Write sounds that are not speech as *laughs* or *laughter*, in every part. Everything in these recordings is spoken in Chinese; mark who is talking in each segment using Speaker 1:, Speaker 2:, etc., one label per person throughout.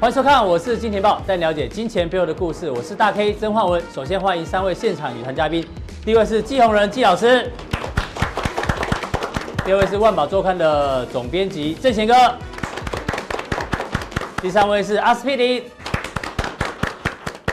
Speaker 1: 欢迎收看，我是金钱豹，带你了解金钱背后的故事。我是大 K 曾焕文。首先欢迎三位现场语坛嘉宾，第一位是季宏仁季老师，第二位是万宝周刊的总编辑郑贤哥，第三位是阿司匹林。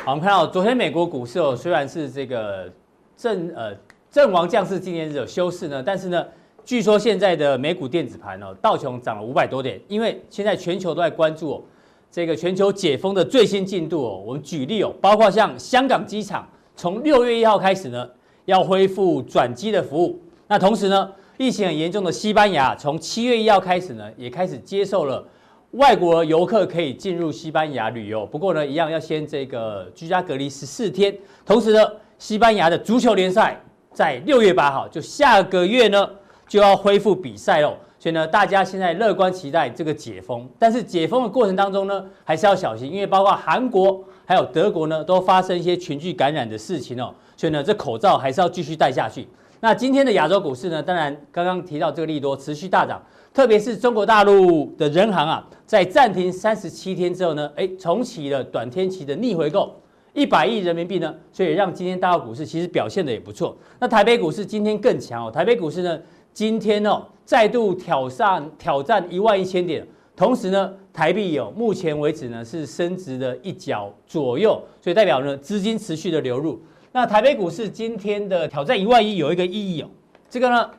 Speaker 1: 好，我们看到昨天美国股市哦，虽然是这个阵呃阵亡将士纪念日有休市呢，但是呢，据说现在的美股电子盘哦，道琼涨了五百多点，因为现在全球都在关注哦这个全球解封的最新进度哦。我们举例哦，包括像香港机场，从六月一号开始呢，要恢复转机的服务。那同时呢，疫情很严重的西班牙，从七月一号开始呢，也开始接受了。外国游客可以进入西班牙旅游，不过呢，一样要先这个居家隔离十四天。同时呢，西班牙的足球联赛在六月八号，就下个月呢就要恢复比赛喽。所以呢，大家现在乐观期待这个解封，但是解封的过程当中呢，还是要小心，因为包括韩国还有德国呢，都发生一些群聚感染的事情哦。所以呢，这口罩还是要继续戴下去。那今天的亚洲股市呢，当然刚刚提到这个利多持续大涨，特别是中国大陆的人行啊，在暂停三十七天之后呢，哎，重启了短天期的逆回购。一百亿人民币呢，所以让今天大陆股市其实表现的也不错。那台北股市今天更强哦，台北股市呢今天哦再度挑战挑战一万一千点，同时呢台币有目前为止呢是升值的一角左右，所以代表呢资金持续的流入。那台北股市今天的挑战一万一有一个意义哦，这个呢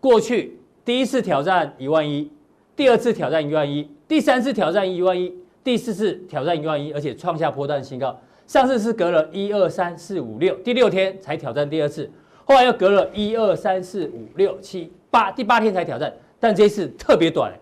Speaker 1: 过去第一次挑战一万一，第二次挑战一万一，第三次挑战一万一，第四次挑战一万一，而且创下波段新高。上次是隔了一二三四五六，第六天才挑战第二次，后来又隔了一二三四五六七八，第八天才挑战，但这一次特别短，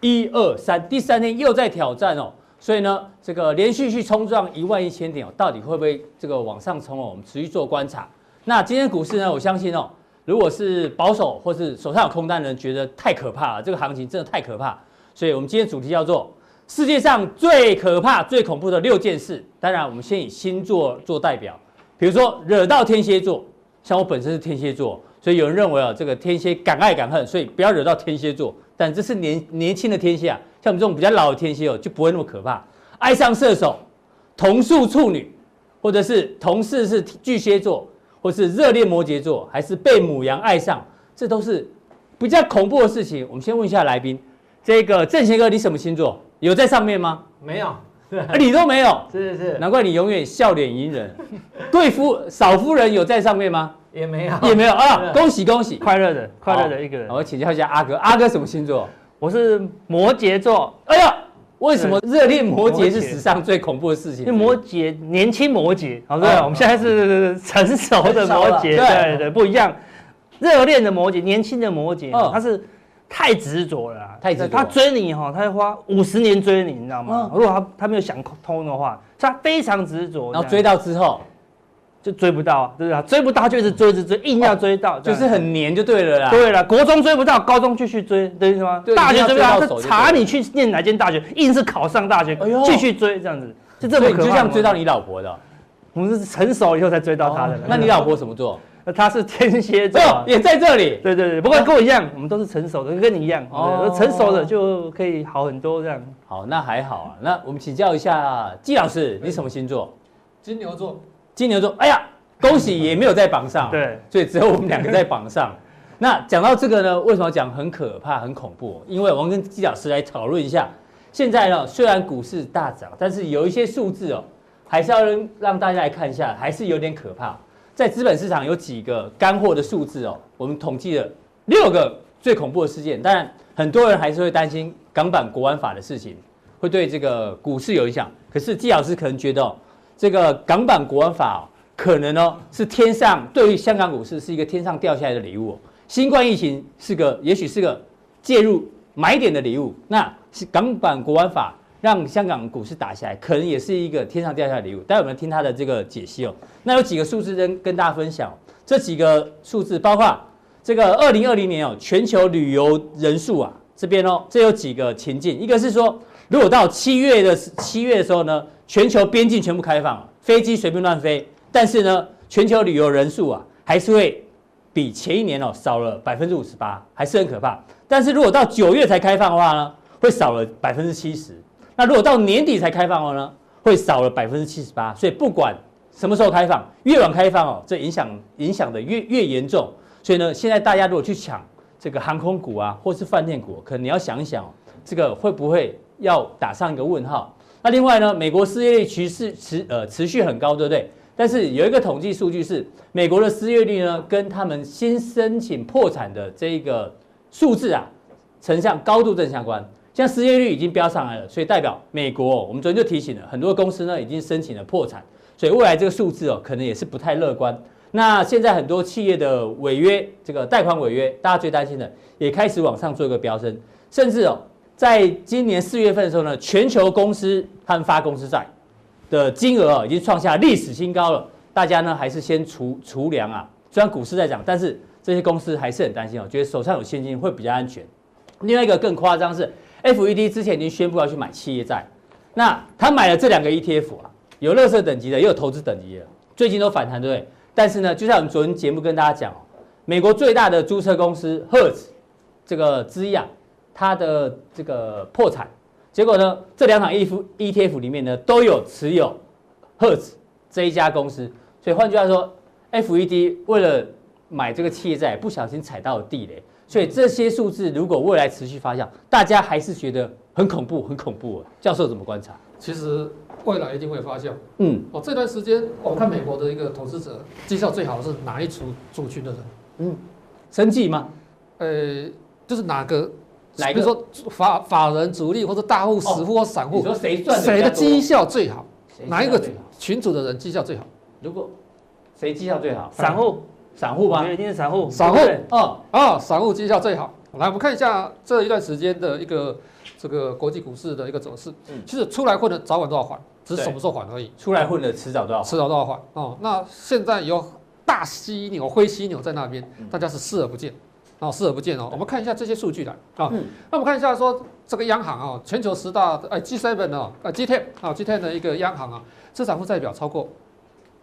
Speaker 1: 一二三，第三天又在挑战哦。所以呢，这个连续去冲撞一万一千点哦，到底会不会这个往上冲哦？我们持续做观察。那今天股市呢，我相信哦，如果是保守或是手上有空单的人，觉得太可怕了，这个行情真的太可怕。所以我们今天主题叫做世界上最可怕、最恐怖的六件事。当然，我们先以星座做代表，比如说惹到天蝎座，像我本身是天蝎座，所以有人认为啊，这个天蝎敢爱敢恨，所以不要惹到天蝎座。但这是年年轻的天蝎啊，像我们这种比较老的天蝎哦，就不会那么可怕。爱上射手、同宿处女，或者是同事是巨蟹座，或是热恋摩羯座，还是被母羊爱上，这都是比较恐怖的事情。我们先问一下来宾，这个郑贤哥，你什么星座？有在上面吗？
Speaker 2: 没有，
Speaker 1: 啊你都没有，
Speaker 2: 是是是，
Speaker 1: *laughs* 难怪你永远笑脸迎人。贵夫少夫人有在上面
Speaker 3: *laughs*
Speaker 1: 吗？
Speaker 2: 也没有，
Speaker 1: 也没有啊，
Speaker 2: 对
Speaker 1: 恭喜恭喜！
Speaker 3: 快乐的，快乐的一个人
Speaker 1: 好。我请教一下阿哥，阿哥什么星座？
Speaker 3: 我是摩羯座，
Speaker 1: 哎呀，为什么热恋摩羯是
Speaker 3: 摩羯
Speaker 1: 史上最恐怖的事情
Speaker 3: 因
Speaker 1: 之
Speaker 3: 为
Speaker 1: 一？
Speaker 3: 摩羯年轻摩羯，好不
Speaker 1: 哦
Speaker 3: 好？我们现在是成熟的
Speaker 1: 成
Speaker 3: 摩羯，
Speaker 1: 熟了对
Speaker 3: 对对，不一样。热恋的摩羯，年轻的摩羯
Speaker 1: 嗯，
Speaker 3: 他是太执着了啊，
Speaker 1: 太执着哦
Speaker 3: 他追你哈，他会花五十年追你，你知道吗？如果他他没有想通的话，所以他非常执着，
Speaker 1: 然后
Speaker 3: 这
Speaker 1: 追
Speaker 3: 样
Speaker 1: 到之后
Speaker 3: 就追不到，对不对？追不到就一直追，一直追，硬要追到，这
Speaker 1: 哦就
Speaker 3: 样
Speaker 1: 是很黏就对了啦。
Speaker 3: 对了，国中追不到，高中继续追，对什么
Speaker 1: 啊对？
Speaker 3: 大学追不到，
Speaker 1: 一定要追到手就
Speaker 3: 他查
Speaker 1: 对了
Speaker 3: 你去念哪间大学，硬是考上大学
Speaker 1: 哎呦，
Speaker 3: 继续追这样子，就这
Speaker 1: 所
Speaker 3: 么
Speaker 1: 以
Speaker 3: 可
Speaker 1: 你就
Speaker 3: 怕。
Speaker 1: 这样追到，你老婆的哦。
Speaker 3: 我们是成熟以后才追到他的。
Speaker 1: 那你老婆什么座？
Speaker 3: 他是天蝎座
Speaker 1: 哎，呦，也在这里。
Speaker 3: 啊对对对，不过跟我一样，我们都是成熟的，跟你一样，
Speaker 1: 哦
Speaker 3: 对成熟的就可以好很多这样。
Speaker 1: 好，那还好啊。那我们请教一下季老师，你什么星座？
Speaker 2: 金牛座，
Speaker 1: 金牛座。哎呀，恭喜也没有在榜上。
Speaker 3: 对，
Speaker 1: 所以只有我们两个在榜上。那讲到这个呢，为什么要讲很可怕、很恐怖？因为我们跟季老师来讨论一下。现在呢，虽然股市大涨，但是有一些数字哦，还是要让让大家来看一下，还是有点可怕。在资本市场有几个干货的数字哦，我们统计了六个最恐怖的事件。当然，很多人还是会担心港版国安法的事情会对这个股市有影响。可是季老师可能觉得、哦，这个港版国安法、哦、可能哦是天上对于香港股市是一个天上掉下来的礼物、哦。新冠疫情是个，也许是个介入买点的礼物。那是港版国安法让香港股市打下来，可能也是一个天上掉下来的礼物。待会我们听他的这个解析哦。那有几个数字跟跟大家分享哦、这几个数字包括这个二零二零年哦，全球旅游人数啊这边哦，这有几个情境，一个是说，如果到七月的七月的时候呢，全球边境全部开放，飞机随便乱飞，但是呢，全球旅游人数啊还是会比前一年哦少了百分之五十八，还是很可怕。但是如果到九月才开放的话呢，会少了百分之七十。那如果到年底才开放哦呢，会少了百分之七十八。所以不管什么时候开放，越晚开放哦，这影响影响的越越严重。所以呢，现在大家如果去抢这个航空股啊，或是饭店股，可能你要想一想、哦，这个会不会要打上一个问号？那另外呢，美国失业率趋势持呃持续很高，对不对？但是有一个统计数据是，美国的失业率呢，跟他们新申请破产的这一个数字啊，呈向高度正相关。现在失业率已经飙上来了，所以代表美国、哦，我们昨天就提醒了，很多公司呢已经申请了破产，所以未来这个数字哦，可能也是不太乐观。那现在很多企业的违约，这个贷款违约，大家最担心的也开始往上做一个飙升，甚至哦，在今年四月份的时候呢，全球公司他们发公司债的金额哦，已经创下历史新高了。大家呢还是先除除粮啊，虽然股市在涨，但是这些公司还是很担心哦，觉得手上有现金会比较安全。另外一个更夸张是，FED 之前已经宣布要去买企业债，那他买了这两个 ETF 啊，有垃圾等级的，也有投资等级的，最近都反弹，对不对？但是呢，就像我们昨天节目跟大家讲哦，美国最大的租车公司赫兹这个之一啊，它的这个破产，结果呢，这两场 E F E T F 里面呢都有持有赫兹这一家公司，所以换句话说，F E D 为了买这个企业债，不小心踩到了地雷，所以这些数字如果未来持续发酵，大家还是觉得很恐怖，很恐怖、哦。教授怎么观察？
Speaker 2: 其实未来一定会发酵。
Speaker 1: 嗯
Speaker 2: 哦，这段时间我看美国的一个投资者绩效最好的是哪一族族群的人？
Speaker 1: 嗯，生计吗？
Speaker 2: 呃，就是哪个，
Speaker 1: 哪一
Speaker 2: 比
Speaker 1: 个
Speaker 2: 如说法法人、主力或者大户、
Speaker 1: 哦
Speaker 2: 实户或散
Speaker 1: 你
Speaker 2: 户，
Speaker 1: 说谁赚
Speaker 2: 谁
Speaker 1: 的
Speaker 2: 的绩
Speaker 1: 绩？
Speaker 2: 效最好？
Speaker 1: 谁
Speaker 2: 哪一
Speaker 1: 赚
Speaker 2: 个
Speaker 1: 得最好
Speaker 2: 群组的人绩效最好？
Speaker 1: 如果谁绩效最好？
Speaker 3: 散户，
Speaker 1: 散
Speaker 3: 我
Speaker 1: 户吗
Speaker 3: 觉得？一定是散户，
Speaker 2: 散户
Speaker 3: 对不对
Speaker 1: 哦，
Speaker 2: 啊、散户绩效最好。来，我们看一下这一段时间的一个这个国际股市的一个走势。
Speaker 1: 嗯
Speaker 2: 其实出来混的早晚都要还，只是
Speaker 1: 对
Speaker 2: 什么时候还而已，
Speaker 1: 出来混的迟早都要还。
Speaker 2: 迟早都要还哦。那现在有大犀牛、灰犀牛在那边
Speaker 1: 嗯，
Speaker 2: 大家是视而不见。哦，视而不见哦。我们看一下这些数据来啊、
Speaker 1: 嗯
Speaker 2: 那我们看一下说这个央行啊、全球十大哎 G7 哦，呃 G10 啊、G10 的一个央行啊，资产负债表超过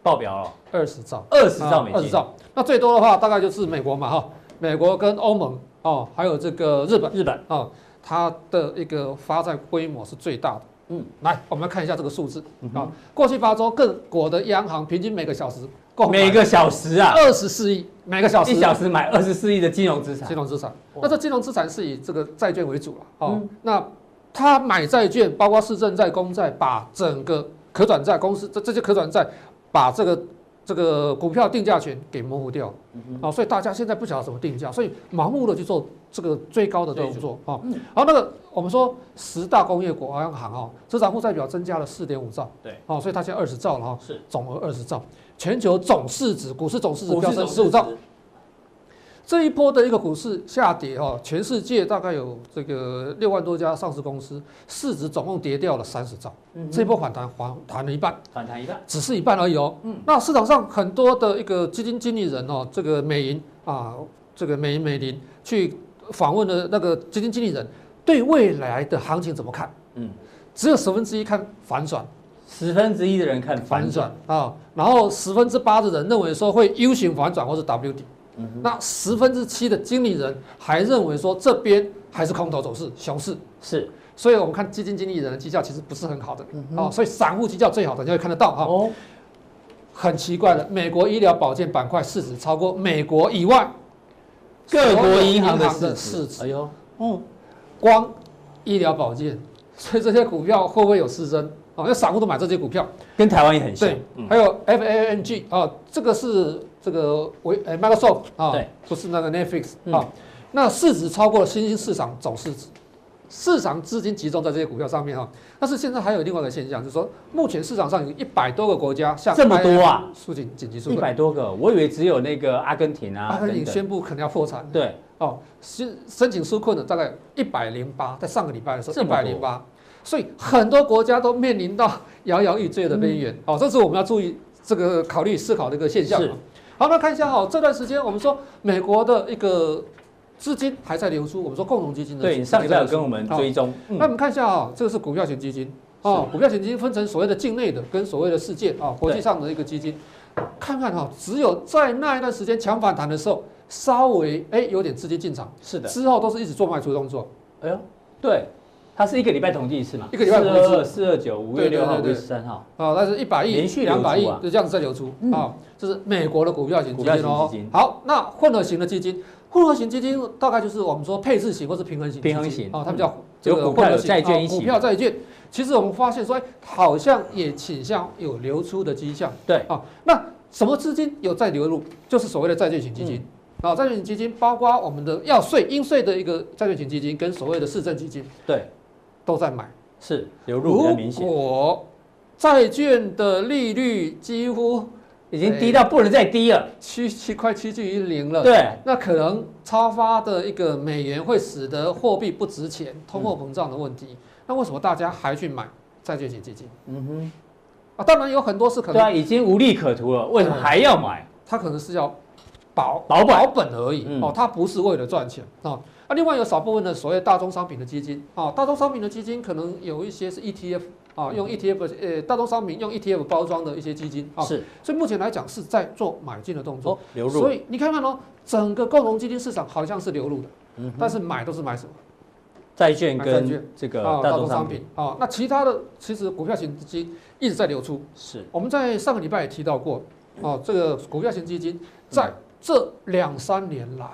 Speaker 1: 爆表了，
Speaker 2: 二十兆。啊
Speaker 1: 二十兆美
Speaker 2: 二
Speaker 1: 金，
Speaker 2: 十兆。那最多的话，大概就是美国嘛，哈，美国跟欧盟哦，还有这个日本
Speaker 1: 日本
Speaker 2: 哦，它的一个发债规模是最大的。
Speaker 1: 嗯，
Speaker 2: 来，我们看一下这个数字啊。过去八周，各国的央行平均每个小时购
Speaker 1: 每个小时啊，
Speaker 2: 二十四亿，每个小时
Speaker 1: 一小时买二十四亿的金融资产
Speaker 2: 金，融资产。
Speaker 1: 哇
Speaker 2: 那这金融资产是以这个债券为主了哦
Speaker 1: 嗯。
Speaker 2: 那他买债券，包括市政债、公债，把整个可转债公司这这些可转债，把这个这个股票定价权给模糊掉
Speaker 1: 嗯
Speaker 2: 哦，所以大家现在不晓得怎么定价，所以盲目的去做这个最高的动作哦。
Speaker 1: 嗯
Speaker 2: 然后那个我们说十大工业国央行哦，资产负债表增加了四点五兆，
Speaker 1: 对，
Speaker 2: 哦，所以它现在二十兆了哈、哦，
Speaker 1: 是
Speaker 2: 总额二十兆，全球总市值股市总市值
Speaker 1: 股
Speaker 2: 飙
Speaker 1: 市
Speaker 2: 升
Speaker 1: 总
Speaker 2: 十
Speaker 1: 市
Speaker 2: 五兆。
Speaker 1: 值
Speaker 2: 这一波的一个股市下跌哈、哦，全世界大概有这个六万多家上市公司，市值总共跌掉了三十兆，
Speaker 1: 嗯
Speaker 2: 这一波反弹还弹了一半，
Speaker 1: 反弹一半，
Speaker 2: 只是一半而已哦。
Speaker 1: 嗯
Speaker 2: 那市场上很多的一个基金经理人哦，这个美银啊，这个美银美林去访问的那个基金经理人，对未来的行情怎么看？
Speaker 1: 嗯，
Speaker 2: 只有十分之一看反转。
Speaker 1: 十分之一的人看
Speaker 2: 反
Speaker 1: 反转，
Speaker 2: 转啊、然后十分之八的人认为说会 U 型反转或是 W 底，
Speaker 1: 嗯
Speaker 2: 那十分之七的经理人还认为说这边还是空头走势熊市，
Speaker 1: 是
Speaker 2: 所以我们看基金经理人的绩效其实不是很好的啊、
Speaker 1: 嗯哼
Speaker 2: 哦，所以散户绩效最好的你会看得到啊、
Speaker 1: 哦，
Speaker 2: 很奇怪的，美国医疗保健板块市值超过美国以外
Speaker 1: 各国银行的
Speaker 2: 所有
Speaker 1: 市
Speaker 2: 的
Speaker 1: 值，
Speaker 2: 市值
Speaker 1: 哎呦，嗯，
Speaker 2: 光医疗保健，所以这些股票会不会有失真啊？哦因为散户都买这些股票。
Speaker 1: 跟台湾也很像
Speaker 2: 对，，
Speaker 1: 嗯
Speaker 2: 还有 FANG 啊，这个是这个为呃 Microsoft 啊，
Speaker 1: 对，
Speaker 2: 不是那个 Netflix
Speaker 1: 嗯
Speaker 2: 啊。那市值超过了新兴市场总市值，市场资金集中在这些股票上面啊。但是现在还有另外一个现象，就是说目前市场上有一百多个国家向
Speaker 1: 这么多啊，
Speaker 2: 肃紧紧急纾
Speaker 1: 一
Speaker 2: 困，
Speaker 1: 百多个，我以为只有那个阿根廷啊，
Speaker 2: 阿根廷
Speaker 1: 等等
Speaker 2: 宣布可能要破产
Speaker 1: 对，
Speaker 2: 哦，申申请纾困的大概一百零八，在上个礼拜的时候
Speaker 1: 这
Speaker 2: 一百
Speaker 1: 么
Speaker 2: 零
Speaker 1: 多
Speaker 2: 八，所以很多国家都面临到 *laughs* 摇摇欲坠的边缘。哦，这是我们要注意这个考虑思考的一个现象
Speaker 1: 嗯是。
Speaker 2: 好，那看一下哦，这段时间我们说美国的一个资金还在流出，我们说共同基金的
Speaker 1: 对，你上礼拜有跟我们
Speaker 2: 好
Speaker 1: 追踪，
Speaker 2: 哦那我
Speaker 1: 嗯，
Speaker 2: 们看一下啊、这个是股票型基金哦，股票型基金分成所谓的境内的跟所谓的世界啊、国际上的一个基金。看看哈、只有在那一段时间强反弹的时候，稍微哎有点资金进场，
Speaker 1: 是的，
Speaker 2: 之后都是一直做卖出动作。
Speaker 1: 哎呦，对，它是一个礼拜统计一次嘛？
Speaker 2: 一个礼拜统计一次
Speaker 1: 四二四二九，五月
Speaker 2: 对对
Speaker 1: 六号、
Speaker 2: 对
Speaker 1: 五
Speaker 2: 对
Speaker 1: 月十三号，
Speaker 2: 啊，但是一百亿、
Speaker 1: 连续流
Speaker 2: 两
Speaker 1: 出啊
Speaker 2: 百亿就这样子在流出
Speaker 1: 嗯
Speaker 2: 啊，这是美国的股票型基
Speaker 1: 股票
Speaker 2: 金
Speaker 1: 型
Speaker 2: 哦
Speaker 1: 基金。
Speaker 2: 好，那混合型的基金，混合型基金大概就是我们说配置型或是平衡型基金，
Speaker 1: 平衡型
Speaker 2: 哦，他们
Speaker 1: 嗯
Speaker 2: 叫这个
Speaker 1: 有股
Speaker 2: 混
Speaker 1: 票
Speaker 2: 合
Speaker 1: 有
Speaker 2: 型
Speaker 1: 债券
Speaker 2: 哦
Speaker 1: 一起
Speaker 2: 股票债券。其实我们发现说，哎，好像也倾向有流出的迹象。
Speaker 1: 对
Speaker 2: 啊，那什么资金有在流入？就是所谓的债券型基
Speaker 1: 嗯
Speaker 2: 金。啊，债券型基金包括我们的要税应税的一个债券型基金，跟所谓的市政基金
Speaker 1: 对，
Speaker 2: 都在买。
Speaker 1: 是流入比较明
Speaker 2: 如
Speaker 1: 显，
Speaker 2: 果债券的利率几乎
Speaker 1: 已
Speaker 2: 哎
Speaker 1: 经低到不能再低了。
Speaker 2: 趋七快趋近于零了，
Speaker 1: 对，
Speaker 2: 那可能超发的一个美元会使得货币不值钱，通货膨胀的问题。那为什么大家还去买债券型基金
Speaker 1: 嗯
Speaker 2: 啊？当然有很多是
Speaker 1: 哼，
Speaker 2: 可
Speaker 1: 对
Speaker 2: 能嗯
Speaker 1: 啊，已经无利可图了，为什么还要买？
Speaker 2: 它可能是要保
Speaker 1: 保本
Speaker 2: 保本而已、
Speaker 1: 嗯
Speaker 2: 哦，它不是为了赚钱哦。啊，另外有少部分的所谓大宗商品的基金哦，大宗商品的基金可能有一些是 ETF 啊、用 ETF 呃大宗商品用 ETF 包装的一些基金啊、
Speaker 1: 嗯是
Speaker 2: 所以目前来讲是在做买进的动作。
Speaker 1: 哦，流入
Speaker 2: 所，以你看看哦，整个共同基金市场好像是流入的，
Speaker 1: 嗯哼
Speaker 2: 但是买都是买什么？
Speaker 1: 债券
Speaker 2: 买债券
Speaker 1: 跟这个
Speaker 2: 啊，
Speaker 1: 大
Speaker 2: 大
Speaker 1: 宗
Speaker 2: 宗
Speaker 1: 商
Speaker 2: 商
Speaker 1: 品
Speaker 2: 品啊。那其他的其实股票型基金一直在流出。
Speaker 1: 是
Speaker 2: 我们在上个礼拜也提到过，哦，这个股票型基金
Speaker 1: 嗯
Speaker 2: 在这两三年来，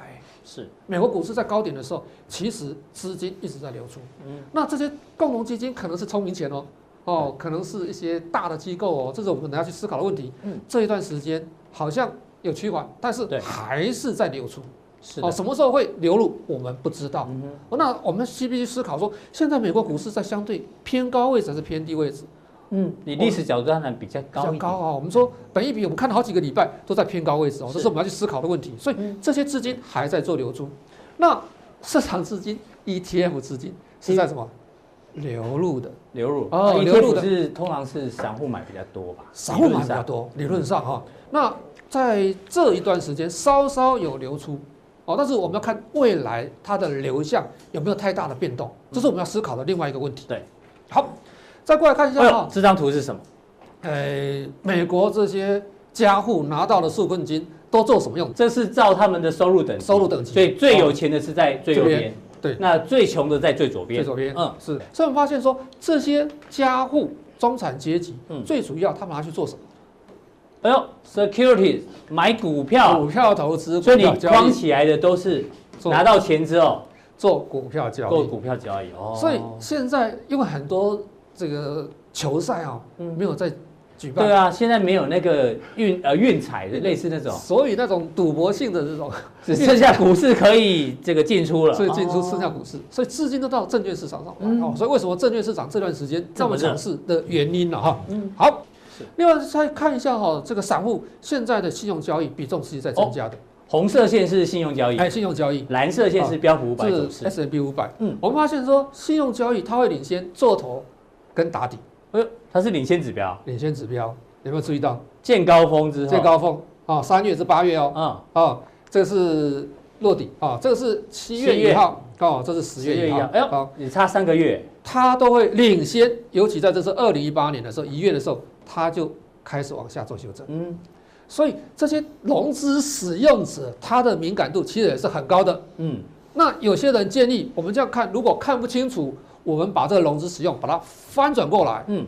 Speaker 1: 是，
Speaker 2: 美国股市在高点的时候，其实资金一直在流出。
Speaker 1: 嗯
Speaker 2: 那这些共同基金可能是聪明钱哦，哦，可能是一些大的机构哦，这是我们可能要去思考的问题。
Speaker 1: 嗯
Speaker 2: 这一段时间好像有趋缓，但是
Speaker 1: 对
Speaker 2: 还是在流出。
Speaker 1: 是
Speaker 2: 哦，
Speaker 1: 的，
Speaker 2: 什么时候会流入，我们不知道。
Speaker 1: 嗯哼
Speaker 2: 哦那我们需必须思考说，现在美国股市在相对偏高位置还是偏低位置？
Speaker 1: 嗯，你历史角度当然比较
Speaker 2: 比
Speaker 1: 高
Speaker 2: 较
Speaker 1: 一
Speaker 2: 高
Speaker 1: 点，
Speaker 2: 啊。我们说本一比，我们看了好几个礼拜都在偏高位置哦，
Speaker 1: 是
Speaker 2: 这是我们要去思考的问题。所以
Speaker 1: 嗯
Speaker 2: 这些资金还在做流出，那市场资金 ETF 资金是在什么
Speaker 1: 嗯
Speaker 2: 流入的？
Speaker 1: 流入
Speaker 2: 哦
Speaker 1: 那
Speaker 2: 流入
Speaker 1: ETF
Speaker 2: 的
Speaker 1: 是通常是散户买比较多吧，
Speaker 2: 散户
Speaker 1: 理
Speaker 2: 买
Speaker 1: 论
Speaker 2: 比
Speaker 1: 上
Speaker 2: 较多，理论上哈、那在这一段时间稍稍有流出哦，但是我们要看未来它的流向有没有太大的变动，这是我们要思考的另外一个问题。
Speaker 1: 嗯对，
Speaker 2: 好，再过来看一下
Speaker 1: 哎呦
Speaker 2: 哈，、
Speaker 1: 这张图是什么？哎
Speaker 2: 呃，美国这些家户拿到的纾困金都做什么用？
Speaker 1: 这是照他们的收入等级
Speaker 2: 收入等级哦
Speaker 1: 所以最有钱的是在最右
Speaker 2: 这
Speaker 1: 边
Speaker 2: 边，对
Speaker 1: 那最穷的在最左边，
Speaker 2: 最左边，
Speaker 1: 嗯，
Speaker 2: 是。所以我们发现说，这些家户中产阶级，
Speaker 1: 嗯
Speaker 2: 最主要他们拿去做什么？
Speaker 1: 哎呦，securities 买股票，
Speaker 2: 股票投资，
Speaker 1: 所以
Speaker 2: 哦股票
Speaker 1: 你
Speaker 2: 交易
Speaker 1: 框起来的都是
Speaker 2: 做
Speaker 1: 拿到钱之后
Speaker 2: 做股票交易，
Speaker 1: 做股票交易哦，
Speaker 2: 所以现在因为很多这个球赛啊、
Speaker 1: 嗯
Speaker 2: 没有在举办，
Speaker 1: 对啊，现在没有那个运呃运彩
Speaker 2: 嗯
Speaker 1: 的类似那种，
Speaker 2: 所以那种赌博性的这种，
Speaker 1: 只剩下股市可以这个进出了，
Speaker 2: 所以进出剩下
Speaker 1: 哦
Speaker 2: 股市，所以资金都到证券市场上来、
Speaker 1: 嗯
Speaker 2: 哦。所以为什么证券市场这段时间这么强势的原因了、哈？
Speaker 1: 嗯
Speaker 2: 好
Speaker 1: 是，
Speaker 2: 另外再看一下哈、这个散户现在的信用交易比重是在增
Speaker 1: 哦
Speaker 2: 加的，
Speaker 1: 红色线是信用交易，
Speaker 2: 哎，信用交易。
Speaker 1: 蓝色线是标普五百走
Speaker 2: 是
Speaker 1: 势，
Speaker 2: S M P 五百，
Speaker 1: 嗯
Speaker 2: 我们发现说信用交易它会领先做头跟打底
Speaker 1: 哎呦，它是领先指标，
Speaker 2: 领先指标，有没有注意到？
Speaker 1: 见高峰之后，
Speaker 2: 最高峰啊，三、月至八月哦，
Speaker 1: 嗯，
Speaker 2: 哦，这是落底啊、哦，这个是七
Speaker 1: 七
Speaker 2: 月
Speaker 1: 月
Speaker 2: 一号哦，这是十
Speaker 1: 10
Speaker 2: 月
Speaker 1: 月
Speaker 2: 一
Speaker 1: 一
Speaker 2: 号
Speaker 1: 号。哎呦
Speaker 2: 哦，
Speaker 1: 你差三个月，
Speaker 2: 它都会领先，尤其在这是二零一八年的时候，一月的时候，它就开始往下做修正。
Speaker 1: 嗯
Speaker 2: 所以这些融资使用者，他的敏感度其实也是很高的。
Speaker 1: 嗯，
Speaker 2: 那有些人建议我们这样看，如果看不清楚，我们把这个融资使用把它翻转过来，
Speaker 1: 嗯，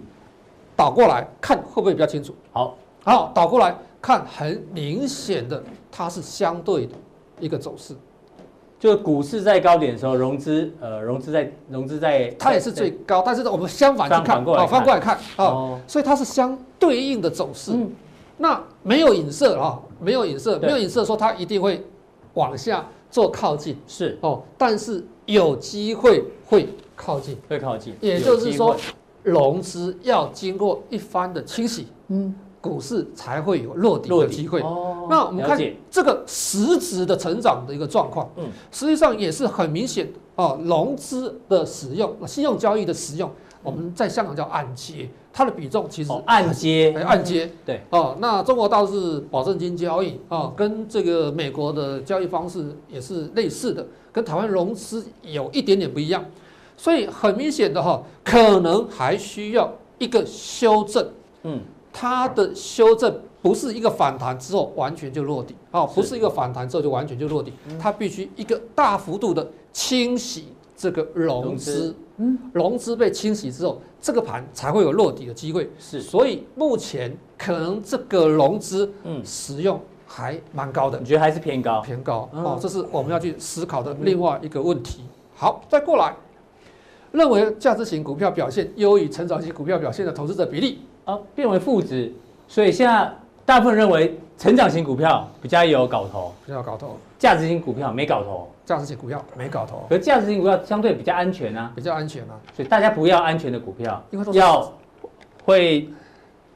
Speaker 2: 倒过来看会不会比较清楚？
Speaker 1: 好，
Speaker 2: 好，倒过来看，很明显的它是相对的一个走势。
Speaker 1: 就股市在高点的时候，融资呃融资在融资在，
Speaker 2: 它也是最高，但是我们相反去
Speaker 1: 反
Speaker 2: 看，
Speaker 1: 过来
Speaker 2: 哦，
Speaker 1: 看
Speaker 2: 翻过来看啊，
Speaker 1: 哦，
Speaker 2: 所以它是相对应的走势。
Speaker 1: 嗯
Speaker 2: 那没有影射啊，没有影射，
Speaker 1: 对
Speaker 2: 没有影射说它一定会往下做靠近
Speaker 1: 是
Speaker 2: 哦，但是有机会会靠近，
Speaker 1: 会靠近，
Speaker 2: 也就是
Speaker 1: 有
Speaker 2: 说
Speaker 1: 机会，
Speaker 2: 融资要经过一番的清洗，
Speaker 1: 嗯，
Speaker 2: 股市才会有落底
Speaker 1: 落
Speaker 2: 的
Speaker 1: 底
Speaker 2: 机会。
Speaker 1: 哦
Speaker 2: 那我们
Speaker 1: 了
Speaker 2: 看
Speaker 1: 解
Speaker 2: 这个实质的成长的一个状况，
Speaker 1: 嗯
Speaker 2: 嗯，实际上也是很明显的哦，融资的使用、信用交易的使用，我们在香港叫按揭，它的比重其实
Speaker 1: 哦，按揭
Speaker 2: 哎按揭
Speaker 1: 对
Speaker 2: 哦，那中国倒是保证金交易哦，跟这个美国的交易方式也是类似的，跟台湾融资有一点点不一样，所以很明显的哈、可能还需要一个修正。
Speaker 1: 嗯，
Speaker 2: 它的修正不是一个反弹之后完全就落地哦，
Speaker 1: 是嗯
Speaker 2: 不是一个反弹之后就完全就落地，它必须一个大幅度的清洗这个融
Speaker 1: 融
Speaker 2: 资
Speaker 1: 资，
Speaker 2: 嗯，融资被清洗之后，这个盘才会有落底的机会。
Speaker 1: 是
Speaker 2: 所以目前可能这个融资
Speaker 1: 嗯，
Speaker 2: 使用还蛮高的
Speaker 1: 你，觉得还是偏高？
Speaker 2: 偏高
Speaker 1: 嗯
Speaker 2: 哦，这是我们要去思考的另外一个问题。好，再过来，认为价值型股票表现优于成长型股票表现的投资者比例，
Speaker 1: 啊，变为负值，所以现在大部分人认为成长型股票比较有搞头，
Speaker 2: 不要搞头，
Speaker 1: 价值型股票没搞头。
Speaker 2: 价值型股票没搞头，
Speaker 1: 可是价值型股票相对比较安全啊，
Speaker 2: 比较安全啊，
Speaker 1: 所以大家不要安全的股票
Speaker 2: 因为都，是
Speaker 1: 要会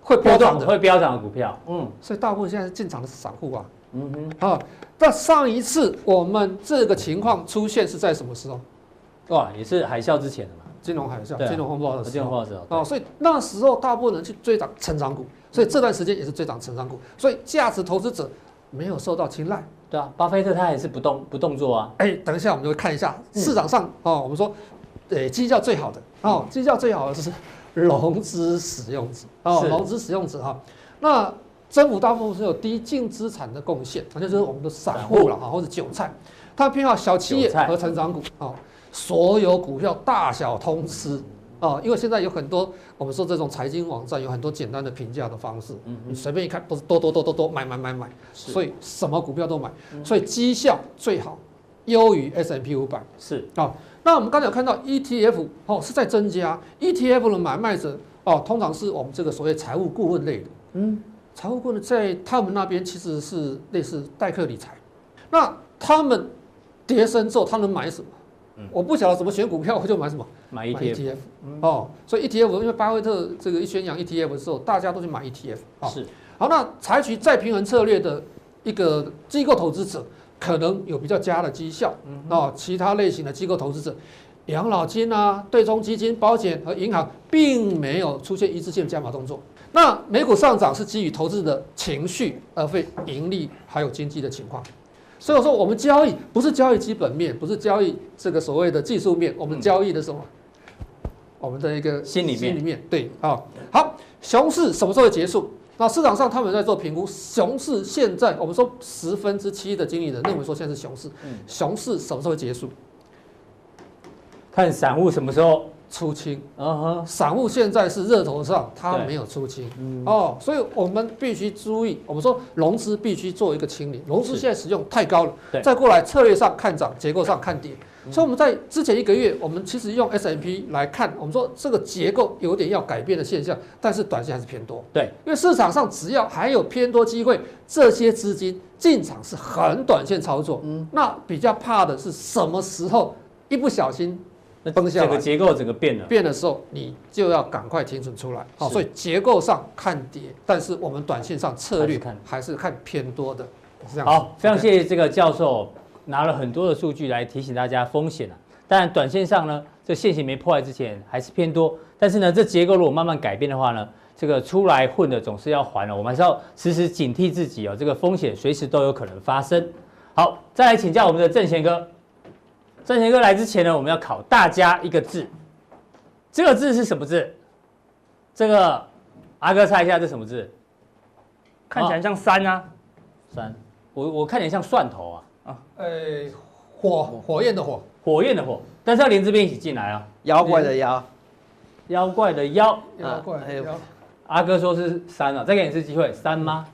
Speaker 2: 会波动的。
Speaker 1: 会飙涨的股票。嗯
Speaker 2: 所以大部分现在是进场的散户啊，
Speaker 1: 嗯哼，
Speaker 2: 啊，那上一次我们这个情况出现是在什么时候？
Speaker 1: 哇，也是海啸之前的嘛，
Speaker 2: 金融海啸、
Speaker 1: 对啊
Speaker 2: 金融风暴的时
Speaker 1: 金融
Speaker 2: 候
Speaker 1: 报纸哦，
Speaker 2: 啊，所以那时候大部分人去追涨成长股，所以这段时间也是追涨成长股，所以价值投资者没有受到青睐。
Speaker 1: 对啊，巴菲特他也是不动不动作啊，
Speaker 2: 哎，等一下我们就会看一下
Speaker 1: 嗯
Speaker 2: 市场上哦，我们说，哎，绩效最好的哦，
Speaker 1: 嗯
Speaker 2: 绩效最好的就是融资使用者哦，
Speaker 1: 是
Speaker 2: 融资使用者哈、那政府大部分是有低净资产的贡献，那就是我们的散户了哈，或者韭菜，他偏好小企业
Speaker 1: 韭菜
Speaker 2: 和成长股哦，所有股票大小通吃。哦，因为现在有很多我们说这种财经网站有很多简单的评价的方式，
Speaker 1: 嗯
Speaker 2: 你随便一看都是多多多多多买买买买，
Speaker 1: 是
Speaker 2: 所以什么股票都买，所以绩效最好优于 S M P 五百。
Speaker 1: 是
Speaker 2: 哦，那我们刚才有看到 ETF 哦是在增加，ETF 的买卖者哦通常是我们这个所谓财务顾问类的，
Speaker 1: 嗯，
Speaker 2: 财务顾问在他们那边其实是类似代客理财，那他们跌升之后他能买什么？我不晓得怎么选股票，我就买什么。
Speaker 1: 嗯买 E
Speaker 2: 买
Speaker 1: ETF
Speaker 2: ETF 哦，所以 ETF 因为巴菲特这个一宣扬 ETF 的时候，大家都去买 ETF 哦。
Speaker 1: 是
Speaker 2: 好，那采取再平衡策略的一个机构投资者，可能有比较佳的绩效。哦，其他类型的机构投资者，养老金啊、对冲基金、保险和银行，并没有出现一致性的加码动作。那美股上涨是基于投资者的情绪，而非盈利还有经济的情况。所以我说，我们交易不是交易基本面，不是交易这个所谓的技术面，我们
Speaker 1: 嗯
Speaker 2: 交易的什么？我们的一个
Speaker 1: 心里面
Speaker 2: 心里面对啊、好，熊市什么时候会结束？那市场上他们在做评估，熊市现在我们说十分之七的经理人认为说现在是熊市，
Speaker 1: 嗯
Speaker 2: 熊市什么时候会结束？
Speaker 1: 看散户什么时候，
Speaker 2: 出清，
Speaker 1: 嗯哼，
Speaker 2: 散户现在是热头上，它
Speaker 1: 对
Speaker 2: 没有出清
Speaker 1: 嗯
Speaker 2: 哦，所以我们必须注意，我们说融资必须做一个清理，融资
Speaker 1: 是
Speaker 2: 现在使用太高了
Speaker 1: 对，嗯
Speaker 2: 再过来策略上看涨，结构上看跌，所以我们在之前一个月，我们其实用 S M P 来看，我们说这个结构有点要改变的现象，但是短线还是偏多，
Speaker 1: 对，
Speaker 2: 因为市场上只要还有偏多机会，这些资金进场是很短线操作，
Speaker 1: 嗯
Speaker 2: 那比较怕的是什么时候一不小心
Speaker 1: 那
Speaker 2: 崩下来
Speaker 1: 整个结构整个变了，
Speaker 2: 变的时候，你就要赶快停损出来。好，
Speaker 1: 是
Speaker 2: 所以结构上看跌，但是我们短线上策
Speaker 1: 还
Speaker 2: 略
Speaker 1: 是看
Speaker 2: 还是看偏多的。是这样子
Speaker 1: 好，非常
Speaker 2: OK
Speaker 1: 谢谢这个教授拿了很多的数据来提醒大家风险啊。当然，短线上呢，这现行没破坏之前还是偏多，但是呢，这结构如果慢慢改变的话呢，这个出来混的总是要还了，我们还是要时时警惕自己哦，这个风险随时都有可能发生。好，再来请教我们的郑贤哥。郑贤哥来之前呢，我们要考大家一个字，这个字是什么字？这个阿哥猜一下，这什么字？
Speaker 3: 看起来像山啊，
Speaker 1: 三，我我看起来像蒜头啊。
Speaker 2: 呃，火火焰的火，
Speaker 1: 火焰的火，但是要连这边一起进来啊。
Speaker 4: 妖怪的妖，
Speaker 1: 妖怪的妖，
Speaker 2: 妖怪
Speaker 4: 啊还有
Speaker 2: 妖
Speaker 1: 阿哥说是三啊，再给你一次机会，三吗？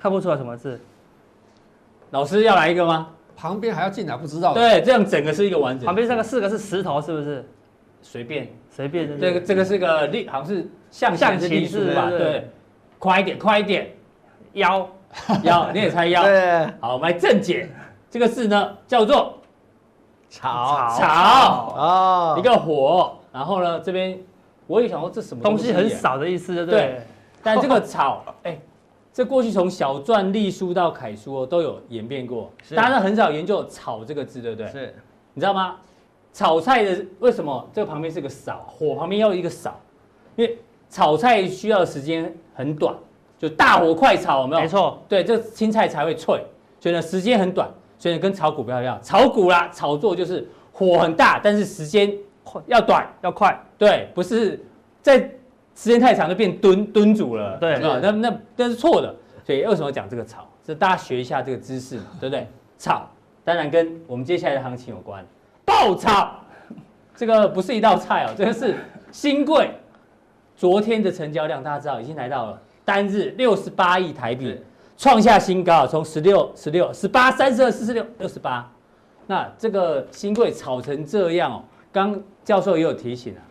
Speaker 3: 看不出来什么字。
Speaker 1: 老师要来一个吗？
Speaker 2: 旁边还要进来，不知道的。
Speaker 1: 对，这样整个是一个完整。
Speaker 3: 旁边这个四个是石头，是不是？
Speaker 1: 随便，
Speaker 3: 随便就是
Speaker 1: 这个这个是个立，好像是象
Speaker 3: 象
Speaker 1: 棋
Speaker 3: 棋
Speaker 1: 隶书
Speaker 3: 是
Speaker 1: 吧？
Speaker 3: 对
Speaker 1: 对，快一点，快一
Speaker 3: *laughs*
Speaker 1: 点，
Speaker 3: 腰
Speaker 1: 妖，你也猜妖。
Speaker 4: 对，
Speaker 1: 好，我们来正解，这个字呢叫做
Speaker 4: 草
Speaker 1: 草
Speaker 4: 哦，
Speaker 1: 一个火，然后呢这边我也想说这什么
Speaker 3: 东西很
Speaker 1: 耶，
Speaker 3: 少的意思，对不对？
Speaker 1: 但
Speaker 3: *laughs*
Speaker 1: 这个草，哎，这过去从小篆、隶书到楷书哦，都有演变过，
Speaker 4: 是
Speaker 1: 大家很少研究“草”这个字，对不对？
Speaker 4: 是
Speaker 1: 你知道吗？炒菜的为什么这个旁边是个勺，火旁边要有一个勺？因为炒菜需要的时间很短，就大火快炒，有没有？
Speaker 3: 没。错，
Speaker 1: 对，这青菜才会脆，所以呢时间很短，所以呢跟炒股票一样，炒股啦，炒作就是火很大，但是时间要短，
Speaker 3: 要快，
Speaker 1: 对，不是在时间太长就变蹲蹲主了，
Speaker 3: 对
Speaker 1: 有没有那那那是错的。所以为什么讲这个炒？这大家学一下这个知识嘛，对不对？炒当然跟我们接下来的行情有关，爆炒。这个不是一道菜哦，这个是新贵。昨天的成交量大家知道已经来到了单日六十八亿台币，创下新高，从十六、十六、十八、三十二、四十六、六十八。那这个新贵炒成这样哦，刚教授也有提醒啊，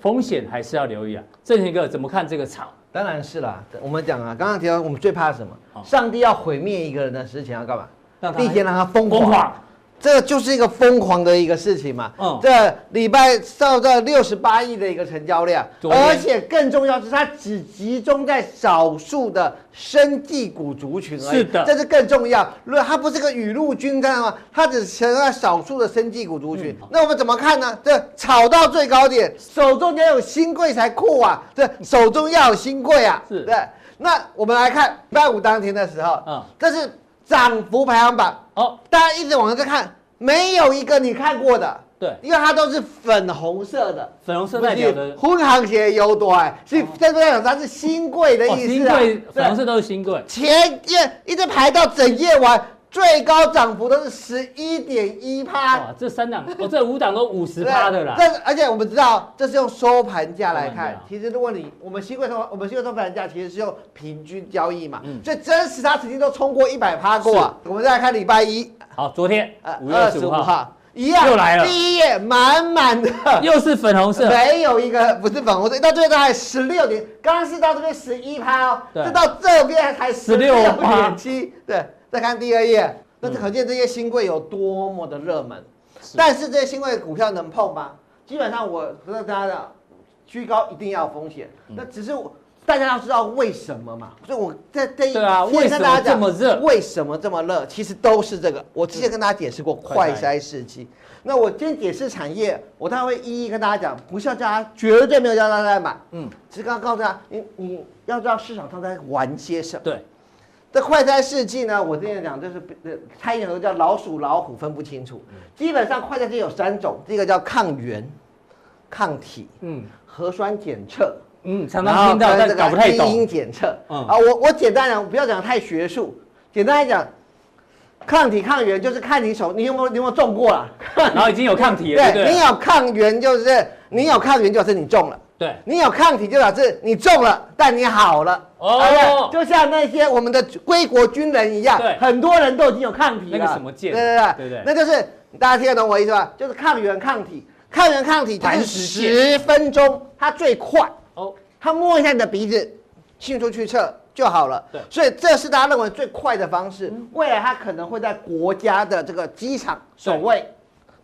Speaker 1: 风险还是要留意啊。郑贤哥怎么看这个炒？
Speaker 4: 当然是啦。我们讲啊，刚刚提到我们最怕什
Speaker 1: 好
Speaker 4: 么？上帝要毁灭一个人的之前要干嘛？
Speaker 1: 让他
Speaker 4: 第一天让他疯
Speaker 1: 疯
Speaker 4: 狂
Speaker 1: 狂。
Speaker 4: 这就是一个疯狂的一个事情嘛。
Speaker 1: 嗯
Speaker 4: 这礼拜到这六十八亿的一个成交量，
Speaker 1: 昨天
Speaker 4: 而且更重要是，它只集中在少数的生技股族群而已。
Speaker 1: 是的
Speaker 4: 这是更重要。如果它不是个雨露均沾吗？它只存在少数的生技股族群。
Speaker 1: 嗯
Speaker 4: 那我们怎么看呢？这炒到最高点，手中要有新贵才酷啊！这手中要有新贵啊！
Speaker 1: 是
Speaker 4: 对。那我们来看礼拜五当天的时候，
Speaker 1: 嗯
Speaker 4: 嗯，这是涨幅排行榜。
Speaker 1: 哦，
Speaker 4: 大家一直往这看，没有一个你看过的，
Speaker 1: 对，
Speaker 4: 因为它都是粉红色的。
Speaker 1: 粉红色代表
Speaker 4: 不是
Speaker 1: 的
Speaker 4: 红行情的优多哎，是这代表它是新贵的
Speaker 1: 哦，
Speaker 4: 意
Speaker 1: 新
Speaker 4: 思啊。
Speaker 1: 贵粉红
Speaker 4: 对
Speaker 1: 色都是新贵，
Speaker 4: 前夜一直排到整夜晚，最高涨幅都是十一点一趴。
Speaker 1: 哇，这三档，哦，这五档都五十
Speaker 4: 啊对
Speaker 1: 趴的啦。
Speaker 4: 这而且我们知道，这是用收盘价来
Speaker 1: 收盘
Speaker 4: 看
Speaker 1: 价。
Speaker 4: 其实如果你我们新贵收我们新贵收盘价其实是用平均交易嘛，
Speaker 1: 嗯
Speaker 4: 所以真实它曾经都冲过一百趴过啊。我们再来看礼拜一，
Speaker 1: 好，昨天
Speaker 4: 呃
Speaker 1: 五月二十五号
Speaker 4: 一样
Speaker 1: 又来了
Speaker 4: 第一页满满的，
Speaker 1: 又是粉红色，
Speaker 4: 没有一个不是粉红色，到最后还十六点，刚刚是到这边十一趴哦，
Speaker 1: 对
Speaker 4: 这到这边才十六
Speaker 1: 16%
Speaker 4: 点七，对，再看第二页，那
Speaker 1: 嗯
Speaker 4: 可见这些新贵有多么的热门，
Speaker 1: 是
Speaker 4: 但是这些新贵股票能碰吗？基本上我跟大家讲，居高一定要有风险，
Speaker 1: 嗯
Speaker 4: 那只是我大家要知道为什么嘛，所以我在这一
Speaker 1: 对啊
Speaker 4: 先跟大家讲
Speaker 1: 为什么这么热嗯
Speaker 4: 为什么这么热？其实都是这个。我之前跟大家解释过快筛试剂，那我今天解释产业，我当然会一一跟大家讲，不是要叫大家，绝对没有叫大家买，
Speaker 1: 嗯
Speaker 4: 嗯，只是刚刚告诉大家，你你要知道市场上在玩些什么。
Speaker 1: 对，
Speaker 4: 这快餐试剂呢，我之前讲就是呃它有个叫老鼠老虎分不清
Speaker 1: 嗯
Speaker 4: 楚，基本上快餐剂有三种，第一个叫抗原、抗体、
Speaker 1: 嗯
Speaker 4: 核酸检测。
Speaker 1: 嗯，常
Speaker 4: 然
Speaker 1: 常
Speaker 4: 后
Speaker 1: 听到，
Speaker 4: 跟
Speaker 1: 但
Speaker 4: 这个
Speaker 1: 搞不太
Speaker 4: 基
Speaker 1: 懂
Speaker 4: 因。检测，
Speaker 1: 嗯
Speaker 4: 啊，我我简单讲，不要讲太学术，简单来讲，抗体抗原就是看你手，你有没有你有没有中过啊
Speaker 1: *laughs*
Speaker 4: 了？
Speaker 1: 然后已经有抗体了，对不
Speaker 4: 你
Speaker 1: 对？
Speaker 4: 有抗原就是你有抗原就是你中了。
Speaker 1: 对，
Speaker 4: 你有抗体就表示你中了，但你好了。
Speaker 1: 哦
Speaker 4: 好了就像那些我们的归国军人一样
Speaker 1: 对，
Speaker 4: 很多人都已经有抗体了。
Speaker 1: 那个什么箭
Speaker 4: 对对
Speaker 1: 对
Speaker 4: 对
Speaker 1: 对
Speaker 4: 那就是大家听得懂我意思吧？就是抗原抗体，抗原抗体它
Speaker 1: 磐
Speaker 4: 是
Speaker 1: 石箭
Speaker 4: 十分钟，它最快，
Speaker 1: 哦，
Speaker 4: 它摸一下你的鼻子，迅速去测就好了。
Speaker 1: 对嗯
Speaker 4: 所以这是大家认为最快的方式。未来它可能会在国家的这个机场守卫。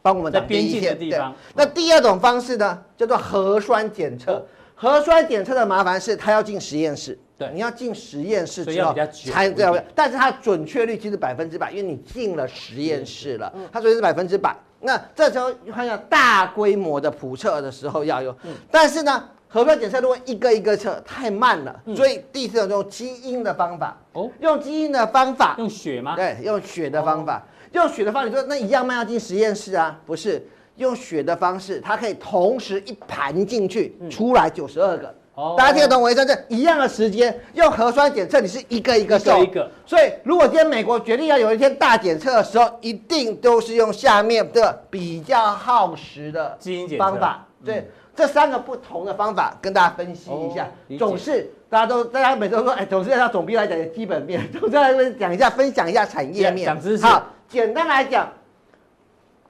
Speaker 4: 帮我们
Speaker 1: 在
Speaker 4: 挡
Speaker 1: 边
Speaker 4: 第一
Speaker 1: 境
Speaker 4: 线
Speaker 1: 的地
Speaker 4: 对
Speaker 1: 方
Speaker 4: 那第二种方式呢，叫做核酸检测。核酸检测的麻烦是它要进实验室，
Speaker 1: 对
Speaker 4: 你要进实验室
Speaker 1: 所以
Speaker 4: 之
Speaker 1: 要
Speaker 4: 后
Speaker 1: 比较久
Speaker 4: 才
Speaker 1: 一
Speaker 4: 对啊
Speaker 1: 点，
Speaker 4: 但是它的准确率其实百分之百，因为你进了实验室了，
Speaker 1: 嗯
Speaker 4: 它所以是百分之百。那这时候看要大规模的普测的时候要有，
Speaker 1: 嗯
Speaker 4: 但是呢，核酸检测如果一个一个测太慢了，所以第四种用基因的方法，
Speaker 1: 嗯哦
Speaker 4: 用基因的方法，
Speaker 1: 用血吗？哦
Speaker 4: 对，用血的方法，用血的方法，你说那一样卖要进实验室啊？不是，用血的方式，它可以同时一盘进去，出来九十二个。
Speaker 1: 嗯哦
Speaker 4: 大家听得懂我意思吗？这一样的时间，用核酸检测，你是一个
Speaker 1: 一
Speaker 4: 一个
Speaker 1: 个
Speaker 4: 送
Speaker 1: 一个。
Speaker 4: 所以，如果今天美国决定要有一天大检测的时候，一定都是用下面的比较耗时的
Speaker 1: 基因检测嗯
Speaker 4: 方法。对，这三个不同的方法跟大家分析一
Speaker 1: 哦
Speaker 4: 下
Speaker 1: 理，解
Speaker 4: 总是大家都大家每次都说，哎，总是要总比来讲基本面， *laughs* 总是要讲一下分享一下产业面，
Speaker 1: 讲知识
Speaker 4: 好，简单来讲，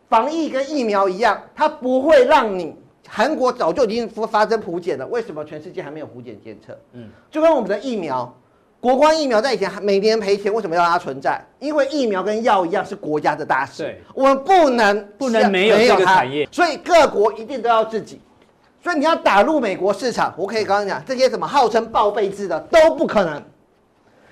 Speaker 4: 防疫跟疫苗一样，它不会让你。韩国早就已经发发生普检了，为什么全世界还没有普检监测？
Speaker 1: 嗯
Speaker 4: 嗯，就跟我们的疫苗，国光疫苗在以前还每年赔钱，为什么要让它存在？因为疫苗跟药一样是国家的大事
Speaker 1: 对，
Speaker 4: 我们不能
Speaker 1: 不能没有这个
Speaker 4: 啊它
Speaker 1: 产业
Speaker 4: 所以各国一定都要自己。所以你要打入美国市场，我可以刚刚讲，这些什么号称报备制的都不可能，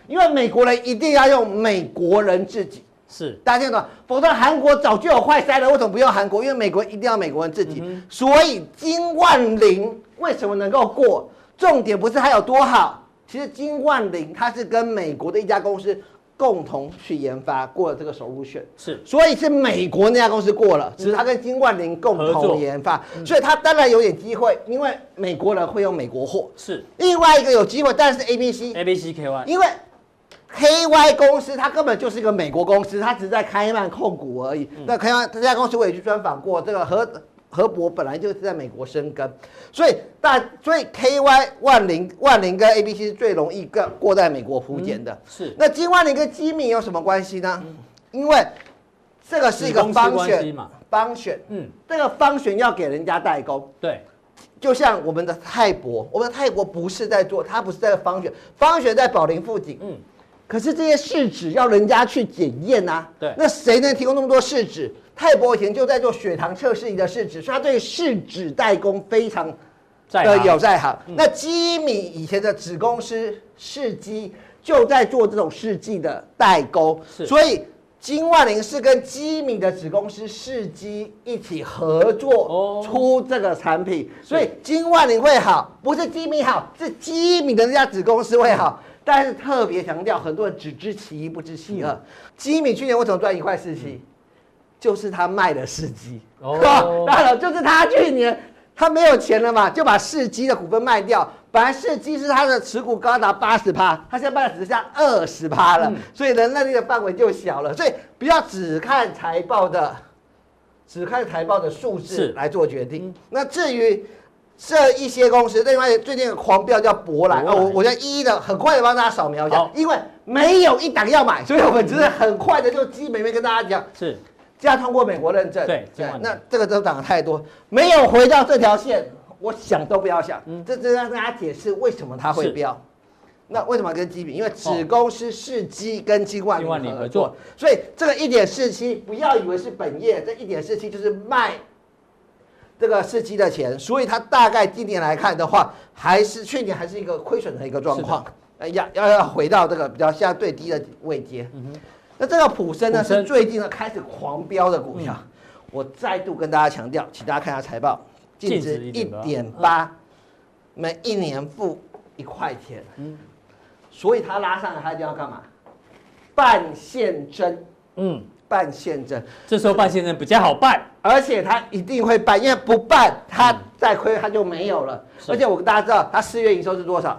Speaker 4: 因为美国人一定要用美国人自己。
Speaker 1: 是，
Speaker 4: 大家听得懂？否则韩国早就有快筛了，为什么不用韩国？因为美国一定要美国人自己。
Speaker 1: 嗯
Speaker 4: 所以金万玲为什么能够过？重点不是它有多好，其实金万玲它是跟美国的一家公司共同去研发过这个 solution。
Speaker 1: 是
Speaker 4: 所以是美国那家公司过了，只是他跟金冠林共
Speaker 1: 嗯合作嗯
Speaker 4: 同研发，所以他当然有点机会，因为美国人会用美国货。
Speaker 1: 是
Speaker 4: 另外一个有机会，当然是 A B C，
Speaker 1: A B C K Y，
Speaker 4: 因为 K Y 公司它根本就是
Speaker 1: 嗯
Speaker 4: 一个美国公司，它只是在开曼控股而已。那开曼这家公司我也去专访过，这个和河博本来就是在美国生根，所以大所以 KY 万灵万灵跟 ABC 是最容易过过在美国福建的。
Speaker 1: 嗯是嗯
Speaker 4: 那金万灵跟基米有什么关系呢？因为这个是一个
Speaker 1: 子公司
Speaker 4: 方
Speaker 1: 关系
Speaker 4: 选
Speaker 1: 嘛，
Speaker 4: 方选，
Speaker 1: 嗯，
Speaker 4: 这个方选要给人家代工，
Speaker 1: 对，
Speaker 4: 就像我们的泰国，我们的泰国不是在做，它不是在方选，方选在宝林附近，
Speaker 1: 嗯，
Speaker 4: 可是这些试纸要人家去检验啊，
Speaker 1: 对
Speaker 4: 那谁能提供那么多试纸？泰国以前就在做血糖测试仪的试纸，所以它对试纸代工非常
Speaker 1: 在
Speaker 4: 的
Speaker 1: 行
Speaker 4: 呃
Speaker 1: 嗯
Speaker 4: 有在行。那基米以前的子公司世基就在做这种试剂的代工
Speaker 1: 是，
Speaker 4: 所以金万林是跟基米的子公司世基一起合
Speaker 1: 哦
Speaker 4: 作出这个产品，所以金万林会好，不是基米好，是基米的那家子公司会好。但是特别强调，很多人只知其一不知其
Speaker 1: 嗯
Speaker 4: 二。基米去年为什么赚一块四七？就是他卖了四机，
Speaker 1: 哦
Speaker 4: 哦， *laughs* 当然了就是他去年他没有钱了嘛，就把四机的股份卖掉。本来四机是他的持股高达八十趴，他现在卖了只剩下二十趴
Speaker 1: 嗯
Speaker 4: 了，所以能耐力的范围就小了。所以不要只看财报的，只看财报的数
Speaker 1: 是嗯
Speaker 4: 字来做决定。那至于这一些公司，另外最近有狂飙叫博兰，
Speaker 1: 博
Speaker 4: 哦
Speaker 1: 兰
Speaker 4: 我我现在一一的很快的帮大家扫描一下
Speaker 1: 好，
Speaker 4: 因为没有一档要买，所以我们只是很快的就基本面跟大家讲。
Speaker 1: 是
Speaker 4: 这样通过美国认证，
Speaker 1: 对今晚
Speaker 4: 那这个都涨得太多，没有回到这条线，我想都不要想。这这让大家解释为什么它
Speaker 1: 嗯
Speaker 4: 会
Speaker 1: 是哦
Speaker 4: 飙。那为什么跟基比？因为子公司世基跟金冠
Speaker 1: 金冠里
Speaker 4: 联
Speaker 1: 合
Speaker 4: 合
Speaker 1: 作
Speaker 4: 作，所以这个一点四七，不要以为是本业，这一点四七就是卖这个世基的钱，所以它大概今年来看的话，还是去年还是一个亏损的一个状况，呃，要要要回到这个比较现在最低的位阶。那这个嗯普嗯升呢
Speaker 1: 普升
Speaker 4: 是最近呢开始狂飙的股票，我再度跟大家强调，请大家看一下财报，净值
Speaker 1: 净值
Speaker 4: 一点
Speaker 1: 1.8
Speaker 4: 八，每一年付一块钱，所以它拉上来，它就要干嘛？半现增，
Speaker 1: 嗯，
Speaker 4: 半现增。
Speaker 1: 这时候办现证比较好办，
Speaker 4: 而且他一定会办，因为不办他再亏他就没有了。
Speaker 1: 是
Speaker 4: 而且我跟大家知道，他四月营收是多少？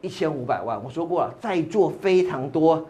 Speaker 4: 一千五百万。我说过了，在座非常多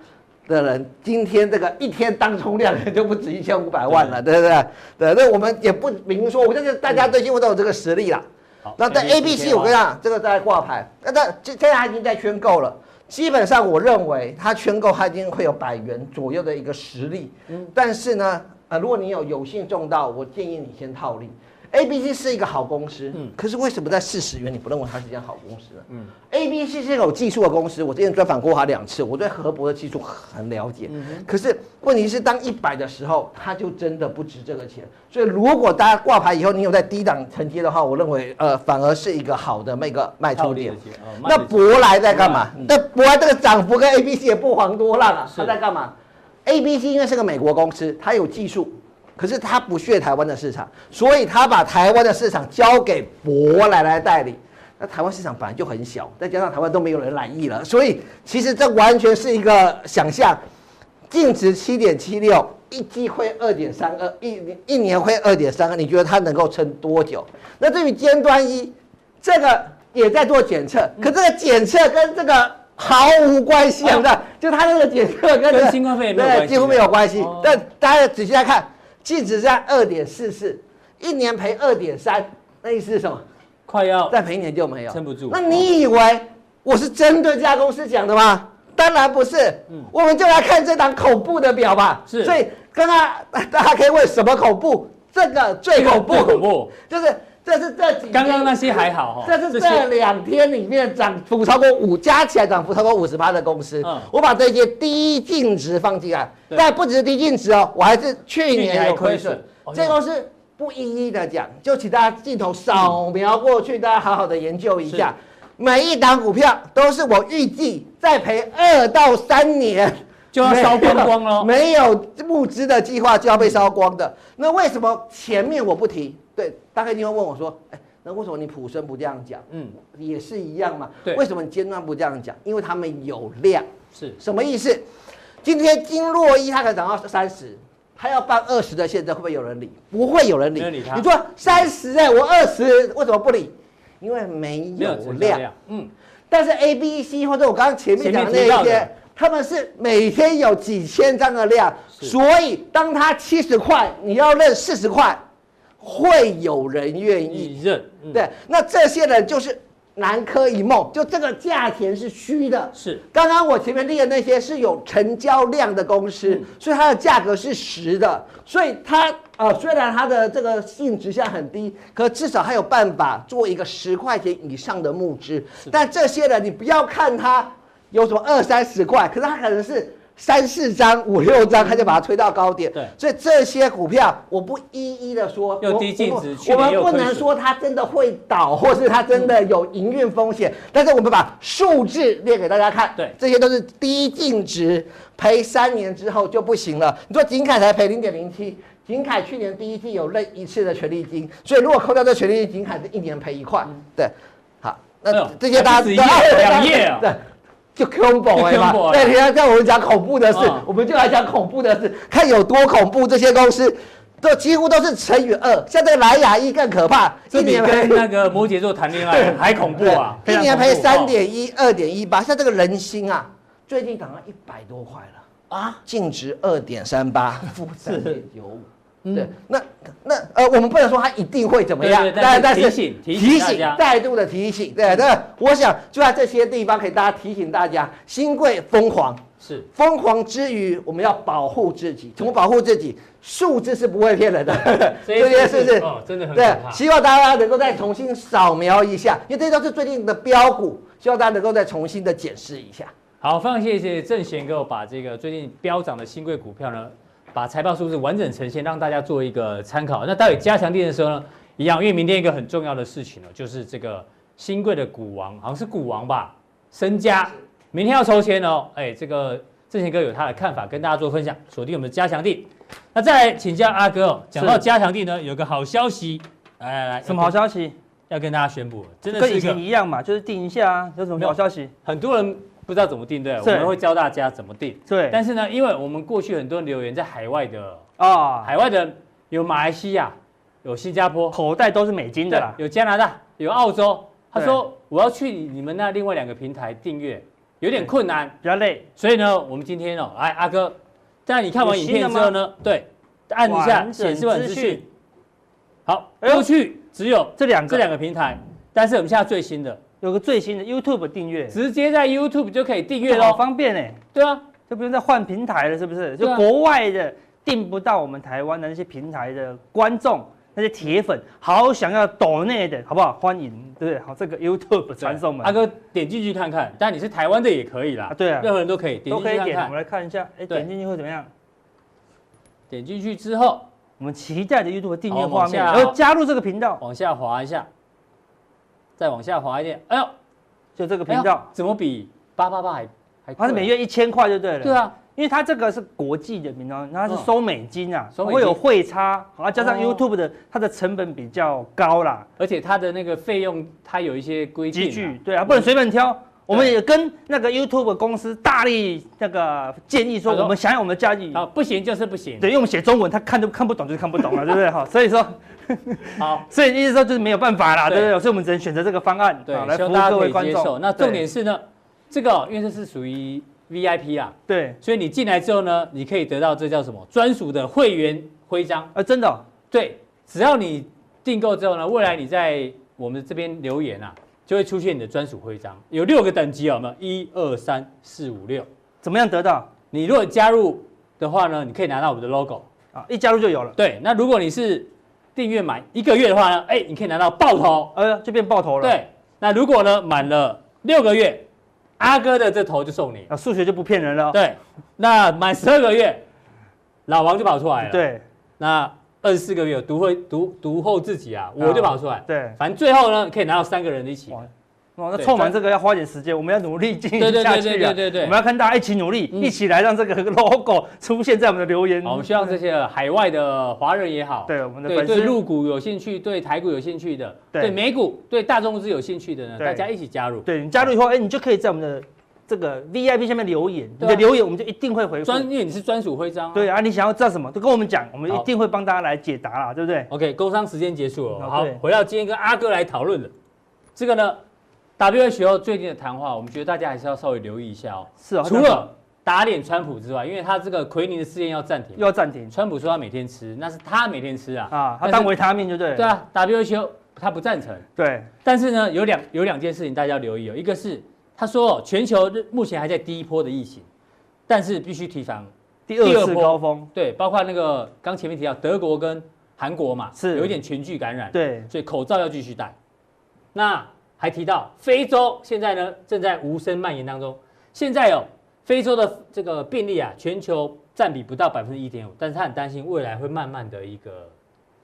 Speaker 4: 的人，今天这个一天当冲量就不止一千五百万了，对不对？对，那我们也不明说，我相信大家对新闻都有这个实力啦。
Speaker 1: 好
Speaker 4: 那在 A、B、C，我跟你
Speaker 1: 大
Speaker 4: 讲，这个在挂牌，那但这现在它已经在圈购了。基本上，我认为它圈购它一定会有百元左右的一个实力。但是呢，呃，如果你有有幸中到，我建议你先套利。A、B、C 是一个好公司，可是为什么在四十元你不认为它是一家好公司呢？a
Speaker 1: 嗯
Speaker 4: B、C 是一个有技术的公司，我之前专访过它两次，我对河伯的技术很了解。
Speaker 1: 嗯
Speaker 4: 可是问题是，当一百的时候，它就真的不值这个钱。所以，如果大家挂牌以后，你有在低档承接的话，我认为呃，反而是一个好的那个卖
Speaker 1: 套
Speaker 4: 出
Speaker 1: 利
Speaker 4: 点
Speaker 1: 的。节哦卖的
Speaker 4: 那
Speaker 1: 节
Speaker 4: 博莱在干嘛
Speaker 1: 嗯？
Speaker 4: 那博莱这个涨幅跟 A、B、C 也不遑多让啊，
Speaker 1: 是
Speaker 4: 它在干嘛？A、B、C 因为是个美国公司，它有技术，可是它不屑台湾的市场，所以它把台湾的市场交给博莱来代理。那台湾市场本来就很小，再加上台湾都没有人满意了，所以其实这完全是一个想象。净值七点七六，一季亏二点三二，一一年亏二点三二，你觉得它能够撑多久？那至于尖端一，这个也在做检测，
Speaker 1: 嗯
Speaker 4: 可这个检测跟这个毫无关系，
Speaker 1: 哎
Speaker 4: 对
Speaker 1: 呦
Speaker 4: 不对？就它这个检测跟这
Speaker 1: 跟
Speaker 4: 个
Speaker 1: 新冠肺炎没有
Speaker 4: 对
Speaker 1: 关系
Speaker 4: 几乎没有关系
Speaker 1: 哦。
Speaker 4: 但大家仔细来看，净值在二点四四，一年赔二点三，那意思是什么？
Speaker 1: 快要
Speaker 4: 再赔一年就没有，
Speaker 1: 撑不住
Speaker 4: 那你以为我是针对这家公司讲的吗？当然不是，我们就来看这档恐怖的表吧。
Speaker 1: 嗯是
Speaker 4: 所以刚刚大家可以问什么恐怖？这个最恐怖，
Speaker 1: 最恐怖，
Speaker 4: 就是这是这几天
Speaker 1: 刚刚那些还好哈，
Speaker 4: 这
Speaker 1: 些
Speaker 4: 是这两天里面涨幅超过五，加起来涨幅超过五十趴的公司，
Speaker 1: 嗯
Speaker 4: 我把这些低净值放进来，
Speaker 1: 对
Speaker 4: 但不只是低净值哦，我还是去
Speaker 1: 去年
Speaker 4: 年
Speaker 1: 还
Speaker 4: 有
Speaker 1: 亏
Speaker 4: 亏
Speaker 1: 损
Speaker 4: 损
Speaker 1: 哦，
Speaker 4: 这公司不一一的讲，就请大家镜头扫描过去，大家好好的研究一下，每一档股票都是我预计再赔二到三年。
Speaker 1: *laughs* 就要烧光光喽。
Speaker 4: 没有募资的计划就要被烧光的。那为什么前面我不提？对，大概你会问我说，哎，那为什么你普生不这样讲？
Speaker 1: 嗯，
Speaker 4: 也是一样嘛。
Speaker 1: 对
Speaker 4: 为什么你尖端不这样讲？因为他们有量，
Speaker 1: 是
Speaker 4: 什么意思？今天金洛伊它可能涨到三十，它要办二十的现在会不会有人理？不会有人理。
Speaker 1: 没人理它
Speaker 4: 你说三十哎，我二十为什么不理？因为没
Speaker 1: 没
Speaker 4: 有
Speaker 1: 有成交
Speaker 4: 量。
Speaker 1: 量，嗯，
Speaker 4: 但是 A、B、C 或者我刚刚前面讲的
Speaker 1: 前面
Speaker 4: 那
Speaker 1: 提到的
Speaker 4: 些，他们是每天有几千张的量，
Speaker 1: 是
Speaker 4: 所以当它七十块，你要认四十块，会有人愿意。
Speaker 1: 一任，嗯，
Speaker 4: 对，那这些人就是南柯一梦，就这个价钱是虚的。
Speaker 1: 是
Speaker 4: 刚刚我前面列的那些是有成交量的公司，
Speaker 1: 嗯
Speaker 4: 所以它的价格是实的，所以它呃虽然它的这个性质现在很低，可至少它有办法做一个十块钱以上的募资。但这些人你不要看它有什么二三十块，可是它可能是。三四张、五六张，它就把它推到高点。
Speaker 1: 嗯对
Speaker 4: 所以这些股票我不一一的说，
Speaker 1: 又
Speaker 4: 我
Speaker 1: 低净值去
Speaker 4: 我
Speaker 1: 年
Speaker 4: 们
Speaker 1: 又
Speaker 4: 不
Speaker 1: 亏
Speaker 4: 能
Speaker 1: 损
Speaker 4: 说它真的会倒，或是它真的有营运风险，但是我们把数字列给大家看，
Speaker 1: 对
Speaker 4: 这些都是低净值，赔三年之后就不行了。你说景凯才赔零点零七，景凯去年第一季有认一次的权利金，所以如果扣掉这权利金，景凯是一年赔一块，对，好，
Speaker 1: 嗯哎
Speaker 4: 那
Speaker 1: 呦
Speaker 4: 这些大
Speaker 1: 还不
Speaker 4: 家
Speaker 1: 止一页两页啊
Speaker 4: *laughs* 对。就 combo 而已
Speaker 1: *laughs*
Speaker 4: 嘛
Speaker 1: 就 combo 而已
Speaker 4: 对，人家叫我们讲恐怖的事，
Speaker 1: 嗯
Speaker 4: 我们就来讲恐怖的事，看有多恐怖。这些公司都几乎都是乘以二，像这个莱雅一更可怕，一
Speaker 1: 这比
Speaker 4: 年
Speaker 1: 跟
Speaker 4: 赔
Speaker 1: 那个摩羯座谈恋爱还恐怖啊！
Speaker 4: *laughs*
Speaker 1: 非
Speaker 4: 对一
Speaker 1: 常
Speaker 4: 年赔
Speaker 1: 恐怖哦
Speaker 4: 三点一、二点一八，像这个人心啊，最近涨到一百多块了啊，净值二点三八，负三点九五。对，那那呃，我们不能说它一定会怎么
Speaker 1: 嗯
Speaker 4: 样
Speaker 1: 对，对
Speaker 4: 但
Speaker 1: 但是
Speaker 4: 是
Speaker 1: 提醒提
Speaker 4: 提
Speaker 1: 醒大家
Speaker 4: 再度的提醒，对，那我想就在这些地方给大家提醒大家，新贵疯狂，
Speaker 1: 哦是
Speaker 4: 疯狂之余，我们要保护自己。怎么保护自己？数字是不会骗人的， *laughs* 这些是不是？
Speaker 1: 哦，真的很可
Speaker 4: 对，
Speaker 1: 怕。
Speaker 4: 希望大家能够再重新扫描一下，因为这都是最近的标股，希望大家能够再重新的检视一下。
Speaker 1: 好，非常谢谢郑贤给我把这个最近飙涨的新贵股票呢，把财报数字完整呈现，让大家做一个参考。那待会加强店的时候呢，一样，因为明天一个很重要的事情呢，就是这个新贵的股王，好像是股王吧，身家明天要抽签哦。哎，这个郑贤哥有他的看法，跟大家做分享，锁定我们的加强店。那再来请教阿哥哦，讲到
Speaker 3: 是
Speaker 1: 加强店呢，有个好消息，来来来，
Speaker 3: 什么好
Speaker 1: 要跟
Speaker 3: 消息？
Speaker 1: 要跟大家宣布了？真的
Speaker 3: 跟
Speaker 1: 是
Speaker 3: 以
Speaker 1: 一个
Speaker 3: 前一样嘛，就是定一下啊，有什么好消息？
Speaker 1: 很多人不知道怎么定，对不对，我
Speaker 3: 是
Speaker 1: 们会教大家怎么定。
Speaker 3: 对，
Speaker 1: 但是呢，因为我们过去很多人留言在海外的，
Speaker 3: 啊，
Speaker 1: 海外的有马来西亚，有新加坡，
Speaker 3: 口袋都是美金的啦。
Speaker 1: 有加拿大，有澳洲。他
Speaker 3: 对
Speaker 1: 说我要去你们那另外两个平台订阅，有点困难，
Speaker 3: 比较累，
Speaker 1: 所以呢，我们今天哦，来阿哥，在你看完影片之后
Speaker 3: 有新
Speaker 1: 呢，对，按一下
Speaker 3: 完整
Speaker 1: 显示完
Speaker 3: 资
Speaker 1: 资
Speaker 3: 讯
Speaker 1: 讯。好，
Speaker 3: 哎呦
Speaker 1: 过去只有
Speaker 3: 这两
Speaker 1: 这
Speaker 3: 个
Speaker 1: 两个平台，但是我们现在最新的，
Speaker 3: 有个最新的 YouTube 订阅，
Speaker 1: 直接在 YouTube 就可以订阅
Speaker 3: 好
Speaker 1: 喽。
Speaker 3: 方便哎，
Speaker 1: 对啊，
Speaker 3: 就不用再换平台了，是不是？就
Speaker 1: 对啊
Speaker 3: 国外的订不到我们台湾的那些平台的观众，那些铁粉，好想要抖内的，好不好？欢迎，对不对？好，这个 YouTube 传送门
Speaker 1: 阿哥点进去看看，但你是台湾的也可以
Speaker 3: 啊，
Speaker 1: 啦，
Speaker 3: 对啊，
Speaker 1: 任何人都可以点
Speaker 3: 都
Speaker 1: 进
Speaker 3: 可以
Speaker 1: 去看
Speaker 3: 点，我们
Speaker 1: 看。
Speaker 3: 来看一下，哎，
Speaker 1: 对
Speaker 3: 点进去会怎么样？
Speaker 1: 点进去之后，
Speaker 3: 我们期待的 YouTube 订
Speaker 1: 好
Speaker 3: 阅
Speaker 1: 往
Speaker 3: 画面，
Speaker 1: 下
Speaker 3: 然后加入这个频道，
Speaker 1: 往下滑一下，再往下滑一点，哎呦，
Speaker 3: 就这个
Speaker 1: 哎
Speaker 3: 频
Speaker 1: 呦
Speaker 3: 道，
Speaker 1: 怎么比八八八还还
Speaker 3: 它
Speaker 1: 贵？啊
Speaker 3: 是每月一千块就对了。
Speaker 1: 对啊，
Speaker 3: 因为它这个是国际的频道，然后它
Speaker 1: 嗯
Speaker 3: 是收美金啊，
Speaker 1: 收美金
Speaker 3: 会有汇差，好，啊加上
Speaker 1: 哦
Speaker 3: YouTube 的它的成本比较高啦，
Speaker 1: 而且它的那个费用它有一些规定
Speaker 3: 集
Speaker 1: 啊，
Speaker 3: 聚对啊，不能随便挑。我们也跟那个 YouTube 公司大力那个建议说，
Speaker 1: 他说
Speaker 3: 我们想想我们的价值，
Speaker 1: 好不行就是不行。
Speaker 3: 对，因为我们写中文，他看都看不懂，就是看不懂了，对不对？哈，所以说，
Speaker 1: 好，
Speaker 3: 所以意思说就是没有办法啦，
Speaker 1: 对
Speaker 3: 对不对？所以我们只能选择这个方案，
Speaker 1: 对
Speaker 3: 好，来
Speaker 1: 希望
Speaker 3: 服务
Speaker 1: 大家
Speaker 3: 各
Speaker 1: 可
Speaker 3: 位
Speaker 1: 以
Speaker 3: 观
Speaker 1: 接受。
Speaker 3: 众。
Speaker 1: 那重
Speaker 3: 对
Speaker 1: 点是呢，这个哦因为这是属于 VIP 啊，
Speaker 3: 对，
Speaker 1: 所以你进来之后呢，你可以得到这叫什么专属的会员徽章。
Speaker 3: 啊，真的哦
Speaker 1: 对，只要你订购之后呢，未来你在我们这边留言啊，就会出现你的专属徽章，有六个等级哦有没有？一二三四五六。
Speaker 3: 怎么样得到
Speaker 1: 你如果加入的话呢，你可以拿到我们的 logo。
Speaker 3: 啊？一加入就有了，
Speaker 1: 对，那如果你是订阅满一个月的话呢，哎，你可以拿到爆头。
Speaker 3: 呃，就变爆头了。，
Speaker 1: 对，那如果呢满了六个月，阿哥的这头就送你。
Speaker 3: 啊，数学就不骗人了哦。
Speaker 1: 对，那满十二个月，老王就跑出来了。，
Speaker 3: 对
Speaker 1: 那二十四个月读会读读后自己啊，我就跑出来。
Speaker 3: 对，
Speaker 1: 反正最后呢，可以拿到三个人一起。
Speaker 3: 哇哇，那
Speaker 1: 对
Speaker 3: 凑满
Speaker 1: 但
Speaker 3: 这个要花点时间，我们要努力经营
Speaker 1: 对对
Speaker 3: 下
Speaker 1: 对
Speaker 3: 去啊。
Speaker 1: 对对对对
Speaker 3: 我们要跟大家一起努力，
Speaker 1: 嗯
Speaker 3: 一起来让这个 *laughs* logo 出现在我们的留言。
Speaker 1: 好，我们希望这些海外的华人也好，
Speaker 3: 对我们的
Speaker 1: 对
Speaker 3: 粉
Speaker 1: 对
Speaker 3: 丝
Speaker 1: 入股有兴趣，对台股有兴趣的，
Speaker 3: 对
Speaker 1: 对美股、对大众资有兴趣的呢，
Speaker 3: 对
Speaker 1: 大家一起加入。
Speaker 3: 对你加入以后，哎、你就可以在我们的这个 VIP 下面留言，
Speaker 1: 对
Speaker 3: 你
Speaker 1: 啊
Speaker 3: 的留言我们就一定会回复。
Speaker 1: 专，因为你是专属徽章、啊。
Speaker 3: 对啊，你想要知道什么都跟我们讲，我们一
Speaker 1: 好
Speaker 3: 定会帮大家来解答啦，对不对？
Speaker 1: ，OK，工商时间结束了，
Speaker 3: 哦
Speaker 1: 好
Speaker 3: 对，
Speaker 1: 回到今天跟阿哥来讨论的这个呢，WHO 最近的谈话，我们觉得大家还是要稍微留意一下哦。
Speaker 3: 是啊，
Speaker 1: 除了打脸川普之外，因为他这个奎宁的试验要暂停
Speaker 3: 又，要暂停
Speaker 1: 川普说他每天吃，那是他每天吃啊。但
Speaker 3: 啊，它
Speaker 1: 是
Speaker 3: 当维他命就对了。
Speaker 1: 对啊，WHO 他不赞成。
Speaker 3: 对，
Speaker 1: 但是呢，有两有两件事情大家要留意哦，一个是他说哦全球目前还在第一波的疫情，但是必须提防，
Speaker 3: 第
Speaker 1: 第二
Speaker 3: 二次
Speaker 1: 波
Speaker 3: 高峰，
Speaker 1: 对，包括那个刚前面提到德国跟韩国嘛，
Speaker 3: 是
Speaker 1: 有一点群聚感染，
Speaker 3: 对，
Speaker 1: 所以口罩要继续戴。那还提到非洲现在呢正在无声蔓延当中，现在有非洲的这个病例啊，全球占比不到百分之一点五，但是他很担心未来会慢慢的一个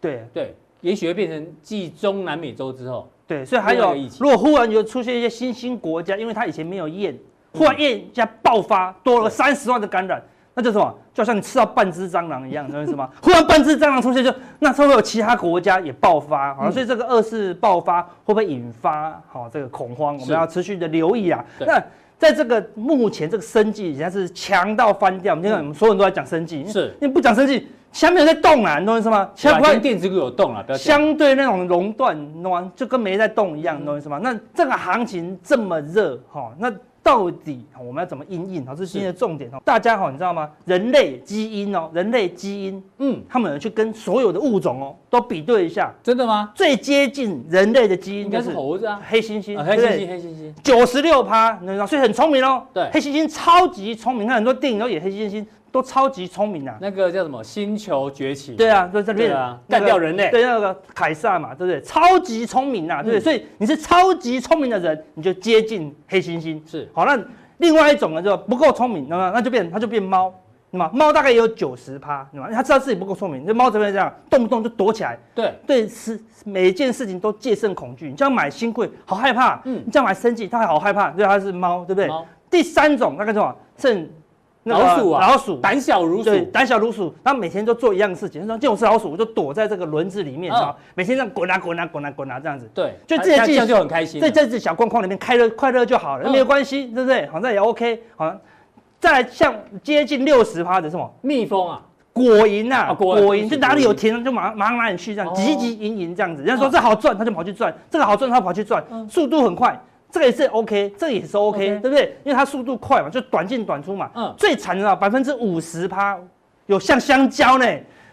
Speaker 3: 对
Speaker 1: 对，也许会变成继中南美洲之后，
Speaker 3: 对，所以还有
Speaker 1: 另外一个疫，情
Speaker 3: 如果忽然有出现一些新兴国家，因为它以前没有验，忽然验一下爆发，多了三十万的感染，那就什么？就像你吃到半只蟑螂一样，你懂意思吗？ *laughs* 忽然半只蟑螂出现就，那会不会有其他国家也爆发？
Speaker 1: 嗯
Speaker 3: 好，所以这个二次爆发会不会引发好这个恐慌？我
Speaker 1: 是
Speaker 3: 们要持续的留意啊。
Speaker 1: 对
Speaker 3: 那在这个目前这个生计已经是强到翻掉，我们现在我们所有人都在讲生计，
Speaker 1: 嗯是
Speaker 3: 你不讲生计，下面有在动啊，你懂意思吗？下
Speaker 1: 像
Speaker 3: 面
Speaker 1: 跟电子股有动了，啊不要讲
Speaker 3: 相对那种熔断，你懂吗？就跟没在动一样，你懂我意思吗？
Speaker 1: 嗯
Speaker 3: 那这个行情这么热哈、齁那到底、齁我们要怎么应应？好，这是今天的重点哦。齁大家好、你知道吗？人类基因哦，人类基因，
Speaker 1: 嗯，
Speaker 3: 他们有去跟所有的物种哦都比对一下，
Speaker 1: 真的吗？
Speaker 3: 最接近人类的基
Speaker 1: 应
Speaker 3: 因
Speaker 1: 该
Speaker 3: 就是是
Speaker 1: 猴子啊，
Speaker 3: 黑猩猩，
Speaker 1: 啊黑猩猩，
Speaker 3: 猩。
Speaker 1: 黑猩猩，
Speaker 3: 九十六趴，你知道，所以很聪明哦。
Speaker 1: 对
Speaker 3: 黑猩猩超级聪明，看很多电影都演黑猩猩，都超级聪明啊。
Speaker 1: 那个叫什么星球崛起？
Speaker 3: 对啊，就在这
Speaker 1: 嗯对
Speaker 3: 边
Speaker 1: 啊，
Speaker 3: 那个
Speaker 1: 干掉人类。
Speaker 3: 对那个凯撒嘛，对不对？超级聪明啊，对不对？
Speaker 1: 嗯
Speaker 3: 所以你是超级聪明的人，你就接近黑猩猩。
Speaker 1: 是
Speaker 3: 好，那另外一种呢，就不够聪明，那么那就变它就变猫，那么猫大概也有九十趴，那么它知道自己不够聪明，这猫这边这样动不动就躲起来，
Speaker 1: 对，
Speaker 3: 对是每一件事情都戒慎恐惧。你这样买新贵，好害怕；
Speaker 1: 嗯
Speaker 3: 你这样买生气，它还好害怕，对，它是猫，对不对？
Speaker 1: 猫
Speaker 3: 第三种大概是什么？剩那个
Speaker 1: 老鼠啊
Speaker 3: 老鼠
Speaker 1: 胆小如鼠，
Speaker 3: 对，胆小如鼠，然后每天都做一样的事情，就说见我是老鼠，我就躲在这个轮子里面，
Speaker 1: 嗯
Speaker 3: 然后每天这样滚啊滚啊滚啊滚啊这样子，
Speaker 1: 对，
Speaker 3: 就
Speaker 1: 他
Speaker 3: 这些
Speaker 1: 他
Speaker 3: 技
Speaker 1: 这样
Speaker 3: 术
Speaker 1: 就很开心啊了。
Speaker 3: 在这只小框框里面开乐快乐就好了，
Speaker 1: 嗯
Speaker 3: 没有关系，对不对？好，那也 OK，好，再来像接近六十趴的是什么
Speaker 1: 蜜蜂啊，
Speaker 3: 果蝇啊，
Speaker 1: 啊果蝇
Speaker 3: 果蝇
Speaker 1: 是
Speaker 3: 就哪里
Speaker 1: 果
Speaker 3: 有
Speaker 1: 蝇
Speaker 3: 田就马上马上哪里去，这样
Speaker 1: 哦
Speaker 3: 急急营营这样子。人家说
Speaker 1: 嗯
Speaker 3: 这好赚，他就跑去赚；这个好赚，他跑去赚，速度很快。这个也是 OK，这个也是 OK，,
Speaker 1: OK
Speaker 3: 对不对？因为它速度快嘛，就短进短出嘛。
Speaker 1: 嗯
Speaker 3: 最惨的啊百分之五十趴有像香蕉呢，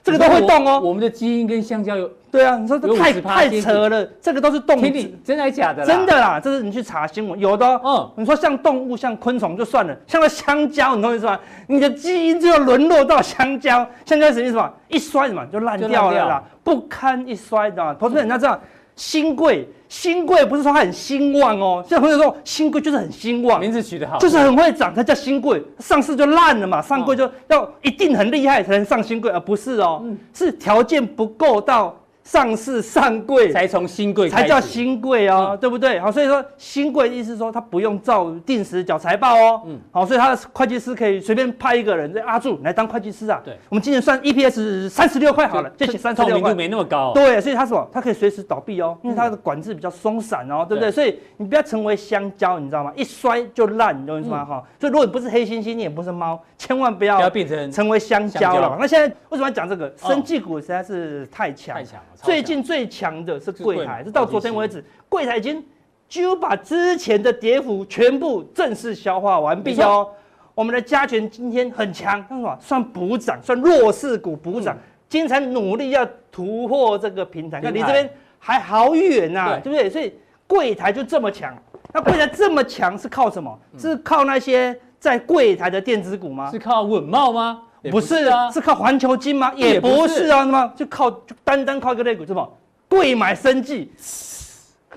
Speaker 3: 这个都会动
Speaker 1: 我
Speaker 3: 哦。
Speaker 1: 我们的基因跟香蕉有，
Speaker 3: 对啊，你说这
Speaker 1: 有
Speaker 3: 太
Speaker 1: 50%
Speaker 3: 太扯了，这个都是动
Speaker 1: 天
Speaker 3: 物
Speaker 1: 地，真的还假的？
Speaker 3: 真的，啦，这是你去查新闻有的、哦。
Speaker 1: 嗯，
Speaker 3: 你说像动物、像昆虫就算了，像那香蕉，你懂我意思吗？你的基因就要沦落到香蕉，香蕉什么意思嘛？一摔嘛就烂掉
Speaker 1: 就
Speaker 3: 了
Speaker 1: 烂
Speaker 3: 啦
Speaker 1: 掉，
Speaker 3: 不堪一摔，你知道吗？投资人要这样，新贵，新贵不是说它很兴旺哦，像朋友说新贵就是很兴旺，
Speaker 1: 名字取得好，
Speaker 3: 就是很会涨，它叫新贵，上市就烂了嘛，上柜
Speaker 1: 嗯
Speaker 3: 就要一定很厉害才能上新贵，而、不是哦，是条件不够到上市上柜
Speaker 1: 才从新贵
Speaker 3: 才
Speaker 1: 开
Speaker 3: 叫
Speaker 1: 始，嗯
Speaker 3: 新贵哦，对不对？好，所以说新贵意思是说他不用照定时缴财报哦，
Speaker 1: 嗯
Speaker 3: 好，所以他的会计师可以随便派一个人，哎这阿柱你来当会计师啊，
Speaker 1: 对
Speaker 3: 我们今年算 EPS 三十六块好了，就写三十
Speaker 1: 透
Speaker 3: 六
Speaker 1: 明
Speaker 3: 块
Speaker 1: 度。没那么高哦。
Speaker 3: 对，所以他什么？他可以随时倒闭哦，因为他的管制比较松散哦，对不对？
Speaker 1: 嗯对
Speaker 3: 所以你不要成为香蕉，你知道吗？一摔就烂，你懂我意思吗？哈、所以如果你不是黑猩猩，你也不是猫，千万不要
Speaker 1: 嗯不要变成
Speaker 3: 成为香蕉
Speaker 1: 香
Speaker 3: 了
Speaker 1: 蕉。
Speaker 3: 那现在为什么要讲这个？
Speaker 1: 哦
Speaker 3: 生技股实在是太强
Speaker 1: 太强了超
Speaker 3: 最
Speaker 1: 强
Speaker 3: 近最强的是
Speaker 1: 是
Speaker 3: 柜
Speaker 1: 柜
Speaker 3: 台，
Speaker 1: 台
Speaker 3: 是到昨天为止，柜台已经几乎把之前的跌幅全部正式消化完毕
Speaker 1: 没
Speaker 3: 哦。我们的加权今天很强，那什么算补涨，算弱势股补涨，今天才努力要突破这个平台，
Speaker 1: 嗯平台
Speaker 3: 看离这边还好远呐、
Speaker 1: 对
Speaker 3: 对不对？所以柜台就这么强，那柜台这么强是靠什么？
Speaker 1: 嗯
Speaker 3: 是靠那些在柜台的电子股吗？
Speaker 1: 是靠稳茂吗？也
Speaker 3: 不是
Speaker 1: 啊，
Speaker 3: 是靠环球金吗？也
Speaker 1: 也不
Speaker 3: 不
Speaker 1: 是
Speaker 3: 是啊，那么就靠就单单靠一个类股，什么贵买生计，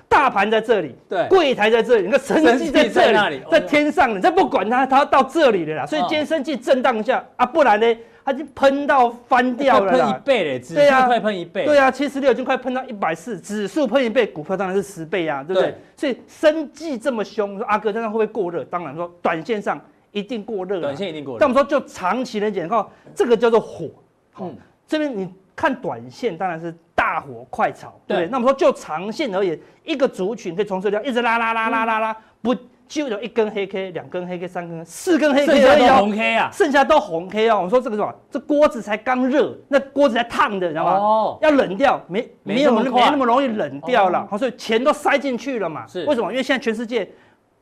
Speaker 3: 大盘在这里，
Speaker 1: 对
Speaker 3: 柜台在这里，那生
Speaker 1: 生
Speaker 3: 计
Speaker 1: 技
Speaker 3: 在
Speaker 1: 在
Speaker 3: 这
Speaker 1: 那
Speaker 3: 里哦
Speaker 1: 里，
Speaker 3: 在天上的，这不管它，它到这里了啦。所以
Speaker 1: 嗯
Speaker 3: 今天生计震荡一下啊，不然呢，它就喷到翻掉了
Speaker 1: 快喷
Speaker 3: 啦
Speaker 1: 一。倍嘞，指数
Speaker 3: 对啊
Speaker 1: 快喷一倍。
Speaker 3: 对啊，七十六已经快喷到一百四，指数喷一倍，股票当然是十倍啊，对不对？
Speaker 1: 对
Speaker 3: 所以生计这么凶，说阿哥这样会不会过热？当然说，短线上一定过热、啊，
Speaker 1: 短线一定过
Speaker 3: 但我
Speaker 1: 了。
Speaker 3: 们说就长期来讲，看这个叫做火。好、
Speaker 1: 嗯
Speaker 3: 这边你看短线当然是大火快炒，对不对？
Speaker 1: 对
Speaker 3: 那我们说就长线而言，一个族群可以从这掉一直拉拉拉拉拉拉，不就有一根黑 K、两根黑 K、三根、四根黑
Speaker 1: 剩
Speaker 3: K
Speaker 1: 下
Speaker 3: 而
Speaker 1: 都
Speaker 3: 已哦。
Speaker 1: 红 K 啊，
Speaker 3: 剩下都红 K 哦，我说这个什么？这锅子才刚热，那锅子才烫的，你知道吗？
Speaker 1: 哦
Speaker 3: 要冷掉，没
Speaker 1: 没
Speaker 3: 没有
Speaker 1: 那么
Speaker 3: 没
Speaker 1: 快
Speaker 3: 那么容易冷掉了
Speaker 1: 哦。
Speaker 3: 好、所以钱都塞进去了嘛。
Speaker 1: 是嗯
Speaker 3: 为什么？因为现在全世界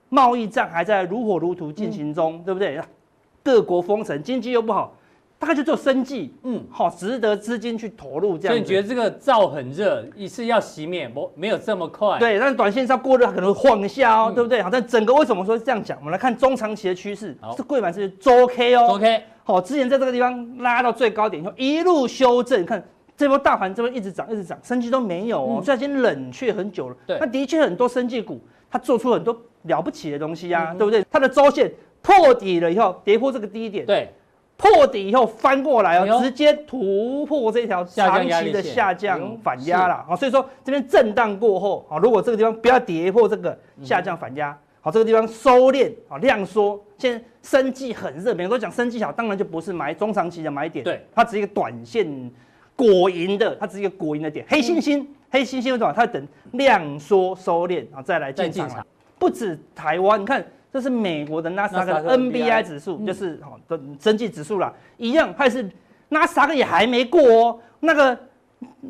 Speaker 3: 贸易战还在如火如荼进行中，对不对？各国封城，经济又不好，大概就做生计，
Speaker 1: 嗯，
Speaker 3: 好、值得资金去投入这样子。
Speaker 1: 所以你觉得这个灶很热，一次要熄灭，不没有这么快。，
Speaker 3: 对，但是短线上过热它可能会晃一下
Speaker 1: 嗯
Speaker 3: 哦，对不对？好，但整个为什么说是这样讲？我们来看中长期的趋势
Speaker 1: 好，
Speaker 3: 这贵买是周 K 哦。
Speaker 1: OK，
Speaker 3: 好、之前在这个地方拉到最高点以后，一路修正，看这波大盘这边一直涨，一直涨，升绩都没有哦，所以它已经冷却很久了。
Speaker 1: 对
Speaker 3: 那的确很多升绩股，它做出很多了不起的东西啊，对不对？它的周线破底了以后，跌破这个低点，
Speaker 1: 对，
Speaker 3: 破底以后翻过来
Speaker 1: 哎呦
Speaker 3: 哦，直接突破这条
Speaker 1: 下降
Speaker 3: 长
Speaker 1: 压
Speaker 3: 期
Speaker 1: 力
Speaker 3: 的
Speaker 1: 线
Speaker 3: 下
Speaker 1: 哎呦
Speaker 3: 降反压啦。哦好，所以说这边震荡过后，哦好，如果这个地方不要跌破这个
Speaker 1: 嗯
Speaker 3: 下降反压，好，这个地方收敛，好量缩。现在生计很热，每个都讲生计好，当然就不是买中长期的买点，
Speaker 1: 对，
Speaker 3: 它只是一个短线果蝇的，它只是一个果蝇的点。黑猩
Speaker 1: 嗯
Speaker 3: 猩，黑猩猩为什么？它等量缩收敛，然后再来
Speaker 1: 再
Speaker 3: 进场
Speaker 1: 进
Speaker 3: 啊
Speaker 1: 场。
Speaker 3: 不止台湾，你看这是美国的纳斯达克
Speaker 1: NASDAQ
Speaker 3: NBI 指数，就是好的增绩指数啦，一样还是纳斯达克也还没过哦，那个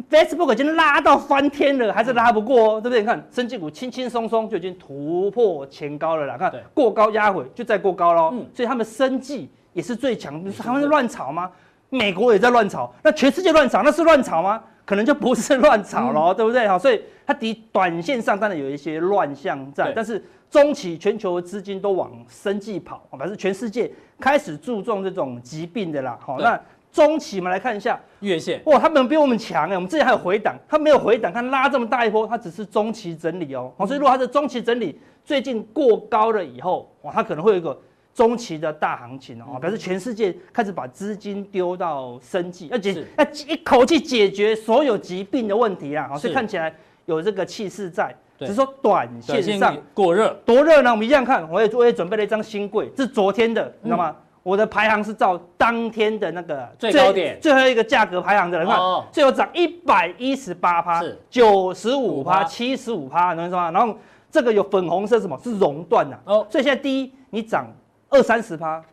Speaker 3: Facebook 已经拉到翻天了，还是拉不过哦，对不对？你看，生技股轻轻松松就已经突破前高了啦。看
Speaker 1: 对
Speaker 3: 过高压回就再过高喽，
Speaker 1: 嗯
Speaker 3: 所以他们生技也是最强。你说他们是乱炒吗？美国也在乱炒，那全世界乱炒，那是乱炒吗？可能就不是乱炒
Speaker 1: 嗯
Speaker 3: 喽，对不对？好，所以它的短线上当然有一些乱象在
Speaker 1: 对，
Speaker 3: 但是中期全球资金都往生技跑，反正全世界开始注重这种疾病的啦。好，
Speaker 1: 对
Speaker 3: 那中期我们来看一下，
Speaker 1: 月线
Speaker 3: 哇，他们比我们强哎，我们之前还有回档，他没有回档，他拉这么大一波，他只是中期整理哦。好，所以如果他的中期整理最近过高了以后，哇，它可能会有一个中期的大行情
Speaker 1: 嗯
Speaker 3: 哦，表示全世界开始把资金丢到生计，要解
Speaker 1: 是
Speaker 3: 要一口气解决所有疾病的问题啊。好，所以
Speaker 1: 是
Speaker 3: 看起来有这个气势在，
Speaker 1: 对
Speaker 3: 只是说短
Speaker 1: 短
Speaker 3: 线
Speaker 1: 线
Speaker 3: 上
Speaker 1: 过热，
Speaker 3: 多热呢？我们一样看，我也我也准备了一张新柜，这是昨天的，
Speaker 1: 嗯
Speaker 3: 你知道吗？我的排行是照当天的那个
Speaker 1: 最高点
Speaker 3: 最后一个价格排行的，你看
Speaker 1: 哦
Speaker 3: 最后涨一百一十八趴
Speaker 1: 是，
Speaker 3: 九十五
Speaker 1: 5%
Speaker 3: 趴，七十五趴，能说吗？然后这个有粉红色是什么？是熔断呐、
Speaker 1: 哦
Speaker 3: 哦，所以现在第一，你涨二三十趴，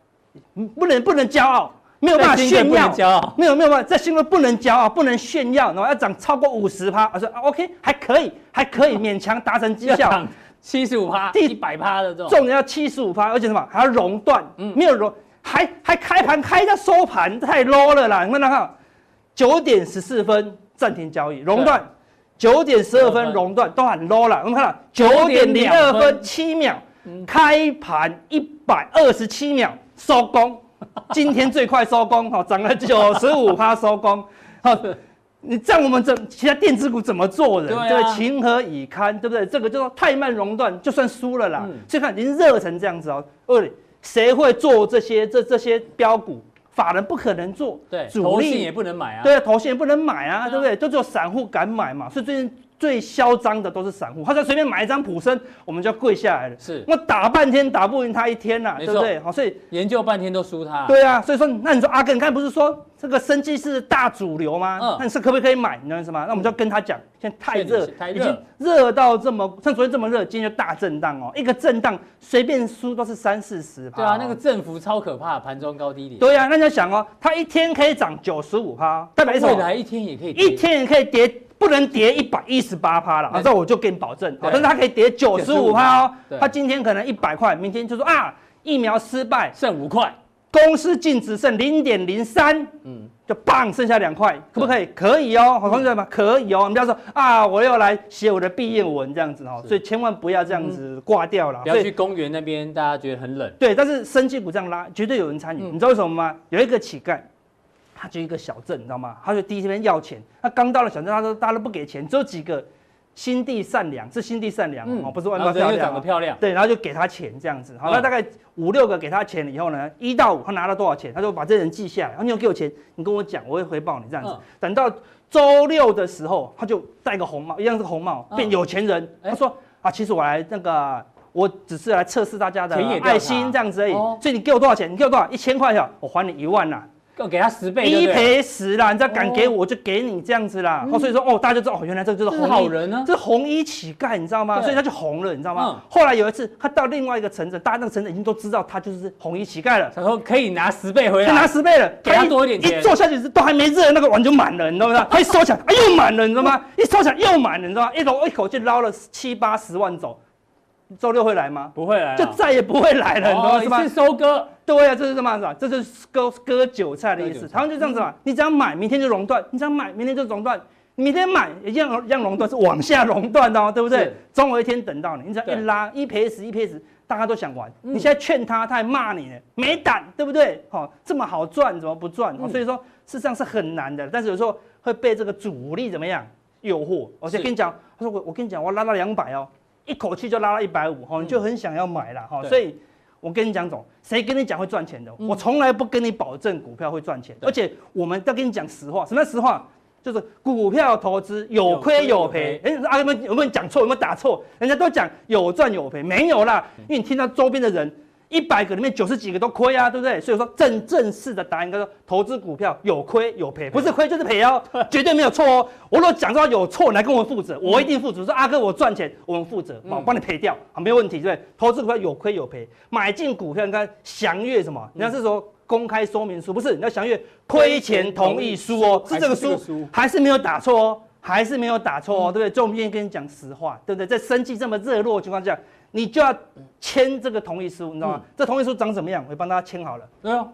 Speaker 3: 嗯不能不能骄傲，没有办法
Speaker 1: 在新贵
Speaker 3: 炫
Speaker 1: 不
Speaker 3: 耀
Speaker 1: 能，骄傲，
Speaker 3: 没有没有办法，在新闻不能骄傲，不能炫耀，然后要涨超过五十趴，我说啊 OK 还可以，还可以勉强达成绩
Speaker 1: 要
Speaker 3: 效。
Speaker 1: 涨七十五趴、
Speaker 3: 第
Speaker 1: 一百趴的这种，
Speaker 3: 重点要七十五趴，而且什么还要熔断，没有熔，还还开盘开到收盘，太 low 了啦！你看看，九点十四分暂停交易，熔断；九点十二分熔断，都很 low 了。我们看到九点零二分嗯七秒开盘一百二十七秒收工， *laughs* 今天最快收工，好涨了九十五趴收工，好。你这样我们怎其他电子股怎么做人？
Speaker 1: 对啊
Speaker 3: 这个情何以堪，对不对？这个叫做太慢熔断，就算输了啦。
Speaker 1: 嗯
Speaker 3: 所以看已经热成这样子哦，二谁会做这些这这些标股？法人不可能做，
Speaker 1: 对，
Speaker 3: 主
Speaker 1: 投信
Speaker 3: 力
Speaker 1: 也不能买啊，
Speaker 3: 对啊，投信也不能买啊，
Speaker 1: 对
Speaker 3: 对
Speaker 1: 啊
Speaker 3: 不对？就只有散户敢买嘛。所以最近最嚣张的都是散户，他只要随便买一张普生，我们就要跪下来了。
Speaker 1: 是
Speaker 3: 我打半天打不赢他一天呐、
Speaker 1: 没
Speaker 3: 对
Speaker 1: 错
Speaker 3: 不对？好，所以
Speaker 1: 研究半天都输他，
Speaker 3: 对啊，所以说，那你说阿根刚才不是说这个生计是大主流吗？
Speaker 1: 嗯
Speaker 3: 那你是可不可以买？你知道什么？那我们就要跟他讲，现在太热
Speaker 1: 确实太，
Speaker 3: 已
Speaker 1: 热
Speaker 3: 经热到这么，像昨天这么热，今天就大震荡哦，一个震荡随便输都是三四十。
Speaker 1: 对啊，那个振幅超可怕，盘中高低点，
Speaker 3: 对啊，那你要想哦，它一天可以涨九十五趴，代表什
Speaker 1: 未
Speaker 3: 么？
Speaker 1: 来一天也可以跌
Speaker 3: 一天也可以跌，不能跌一百一十八趴了，
Speaker 1: 对
Speaker 3: 啊这我就给你保证。好
Speaker 1: 对
Speaker 3: 但是它可以跌九十五趴哦
Speaker 1: 对，
Speaker 3: 它今天可能一百块，明天就说啊疫苗失败，
Speaker 1: 剩五块，
Speaker 3: 公司净值剩零点零三，
Speaker 1: 嗯
Speaker 3: 嗯，就棒剩下两块，可不可以？可以哦，好同学们，可以哦。你不要说啊，我又来写我的毕业文这样子哦，所以千万不要这样子挂掉了。
Speaker 1: 嗯不
Speaker 3: 所
Speaker 1: 要
Speaker 3: 以
Speaker 1: 去公园那边，大家觉得很冷，
Speaker 3: 对，但是生技股这样拉，绝对有人参
Speaker 1: 嗯
Speaker 3: 与。你知道为什么吗？有一个乞丐，他就一个小镇，你知道吗？他就第一天要钱，他刚到了小镇，他说大家都不给钱，只有几个心地善良，是心地善良、哦，不是外
Speaker 1: 嗯然后人
Speaker 3: 貌漂
Speaker 1: 又
Speaker 3: 亮
Speaker 1: 长
Speaker 3: 哦、
Speaker 1: 得漂亮，
Speaker 3: 对，然后就给他钱这样子。好，
Speaker 1: 嗯
Speaker 3: 那大概五六个给他钱了以后呢，一到五他拿了多少钱，他就把这人记下来。然啊后你有给我钱，你跟我讲，我会回报你这样子
Speaker 1: 嗯。
Speaker 3: 等到周六的时候，他就戴个红帽，一样是红帽，
Speaker 1: 嗯
Speaker 3: 变有钱人。
Speaker 1: 哎
Speaker 3: 他说啊，其实我来那个。我只是来测试大家的
Speaker 1: 田野调查
Speaker 3: 爱心这样子而已，
Speaker 1: 哦
Speaker 3: 所以你给我多少钱？你给我多少？一千块呀，我还你一万啦。
Speaker 1: 要哦给他十倍，对
Speaker 3: 一
Speaker 1: 不对？
Speaker 3: 赔十啦，你只要敢给
Speaker 1: 哦嗯
Speaker 3: 我，我就给你这样子啦。哦，所以说哦，大家就知道哦，原来这个就是
Speaker 1: 这是
Speaker 3: 红
Speaker 1: 好
Speaker 3: 衣
Speaker 1: 人啊，
Speaker 3: 这是红衣乞丐，你知道吗？
Speaker 1: 对
Speaker 3: 所以他就红了，你知道吗
Speaker 1: 嗯？
Speaker 3: 后来有一次，他到另外一个城镇，大家那个城镇已经都知道他就是红衣乞丐了，
Speaker 1: 他说可以拿十倍回
Speaker 3: 他拿
Speaker 1: 来，
Speaker 3: 十倍了，
Speaker 1: 啊给他
Speaker 3: 一
Speaker 1: 多一点钱
Speaker 3: 一坐下去都还没热，那个碗就满了，你知道
Speaker 1: *laughs*
Speaker 3: 吗？他一收起来，哎，又满了，你知道吗？一收起来又满了，你知道吗？一口一口就捞了七八十万走，周六会来吗？
Speaker 1: 不会来
Speaker 3: 就
Speaker 1: 了，
Speaker 3: 再也不会来了，你知道
Speaker 1: 啊哦
Speaker 3: 吗是
Speaker 1: 一
Speaker 3: 吗
Speaker 1: 次？收割，
Speaker 3: 对啊，这是什么啊？这就是割割韭菜的意
Speaker 1: 割韭
Speaker 3: 思。
Speaker 1: 菜
Speaker 3: 台湾就这样子嘛，你只要买，明天就熔断；你只要买，明天就熔断。你明天买一样一样熔断，是往下熔断的哦，对不对
Speaker 1: 是？
Speaker 3: 总有一天等到你，你只要
Speaker 1: 对
Speaker 3: 一拉一 p s 一 p s，大家都想玩。你现在劝他，他还骂你呢，没胆，对不对？好、这么好赚，怎么不赚？哦
Speaker 1: 嗯
Speaker 3: 所以说，事实上是很难的，但是有时候会被这个主力怎么样诱惑。我
Speaker 1: 是
Speaker 3: 先跟你讲，他说我我跟你讲，我拉到两百哦，一口气就拉到一百五，哦哈，你就很想要买了，哈、
Speaker 1: 对
Speaker 3: 所以。我跟你讲，总谁跟你讲会赚钱的？
Speaker 1: 嗯
Speaker 3: 我从来不跟你保证股票会赚钱，
Speaker 1: 对
Speaker 3: 而且我们要跟你讲实话。什么叫实话？就是股票投资有亏有赔。哎，啊，有没有有没有讲错？有没有打错？人家都讲有赚有赔，没有啦。因为你听到周边的人，一百个里面九十几个都亏啊，对不对？所以说正正式的答案应该说，投资股票有亏有赔，不是亏就是赔哦，绝对没有错哦。我如果讲到有错，你来跟我负责，我一定负责。说阿哥，我赚钱，我们负责，
Speaker 1: 嗯
Speaker 3: 我帮你赔掉，好，没有问题，对不对？投资股票有亏有赔，买进股票应该详阅什么？你要是说公开说明书，不是你要详阅亏钱同意书哦，是这个书。还是没有打错哦，还是没有打错哦，对不对？所以我们愿意跟你讲实话，对不对？在生计这么热络的情况下，你就要签这个同意书，你知道吗？这同意书长什么样？我帮大家签好了。
Speaker 1: 对啊，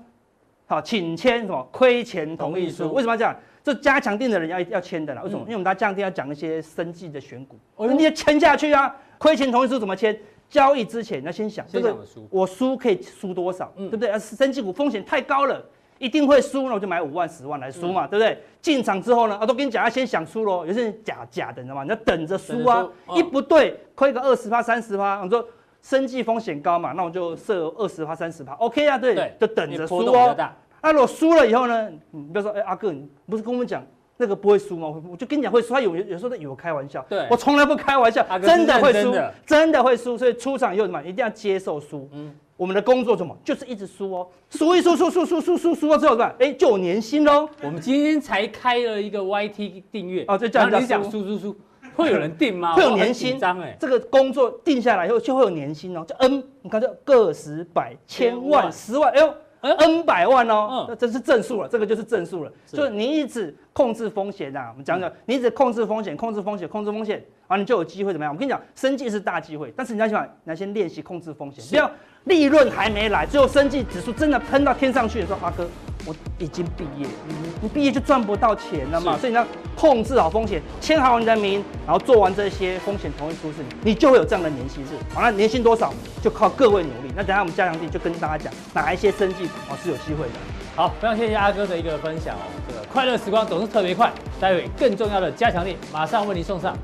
Speaker 3: 好，请签什么亏钱同意
Speaker 1: 同意
Speaker 3: 书？
Speaker 1: 书
Speaker 3: 为什么要这样？这加强定的人要要签的啦。为什么？
Speaker 1: 嗯
Speaker 3: 因为我们大家降定要讲一些生计的选股，
Speaker 1: 哎呦
Speaker 3: 你也签下去啊。亏钱同意书怎么签？交易之前你要先想这
Speaker 1: 先
Speaker 3: 个
Speaker 1: 讲的输，
Speaker 3: 我输可以输多少，
Speaker 1: 嗯
Speaker 3: 对不对？而生技股风险太高了，一定会输，那我就买五万、十万来输
Speaker 1: 嗯
Speaker 3: 嘛，对不对？进场之后呢，啊，都跟你讲，要先想输喽，有些人假假的，你知道吗？你要等着输啊
Speaker 1: 等着输，嗯
Speaker 3: 一不对亏个二十趴、三十趴，我说。生计风险高嘛，那我就设二十趴、三十趴，OK 啊，对，
Speaker 1: 对
Speaker 3: 就等
Speaker 1: 因
Speaker 3: 着
Speaker 1: 为
Speaker 3: 输
Speaker 1: 波动比较
Speaker 3: 哦。
Speaker 1: 大，
Speaker 3: 那如果输了以后呢，你不要说，哎、阿哥，你不是跟我们讲那个不会输吗？我我就跟你讲会输，他有有时候在以为我开玩笑，
Speaker 1: 对
Speaker 3: 我从来不开玩笑
Speaker 1: 阿，哥
Speaker 3: 真的会
Speaker 1: 是认
Speaker 3: 输
Speaker 1: 真的，
Speaker 3: 真的会输，所以出场以后什么，一定要接受输。
Speaker 1: 嗯
Speaker 3: 我们的工作什么，就是一直输哦，输一输输输输输输输到最后怎么办？哎，就有年薪喽。
Speaker 1: 我们今天才开了一个 YT 订阅
Speaker 3: 哦就叫人
Speaker 1: 然
Speaker 3: 家
Speaker 1: 后你讲
Speaker 3: 输
Speaker 1: 输输输，会有人订吗？
Speaker 3: *laughs* 会有
Speaker 1: 我很
Speaker 3: 年薪
Speaker 1: 紧张哎，
Speaker 3: 这个工作定下来以后就会有年薪哦，就 N，你看这个十百千万十万，哎呦。
Speaker 1: 嗯
Speaker 3: N 百万哦
Speaker 1: 嗯，
Speaker 3: 那这是正数了，这个就是正数了。
Speaker 1: 是
Speaker 3: 就是你一直控制风险啊，我们讲讲，你一直控制风险，控制风险，控制风险，啊，你就有机会怎么样？我跟你讲，生计是大机会，但是你要想，你要先练习控制风险，
Speaker 1: 是
Speaker 3: 不要利润还没来，最后生计指数真的喷到天上去，你说华哥，我已经毕业了，你毕业就赚不到钱了嘛，
Speaker 1: 是
Speaker 3: 所以你要控制好风险，签好你的名，然后做完这些风险同意书事情，你就会有这样的年薪日。好，那年薪多少就靠各位努力。那等一下我们嘉良弟就跟大家讲哪一些生计哦是有机会的。
Speaker 1: 好，非常谢谢阿哥的一个分享哦，这个快乐时光总是特别快，待会更重要的加强力马上为您送上。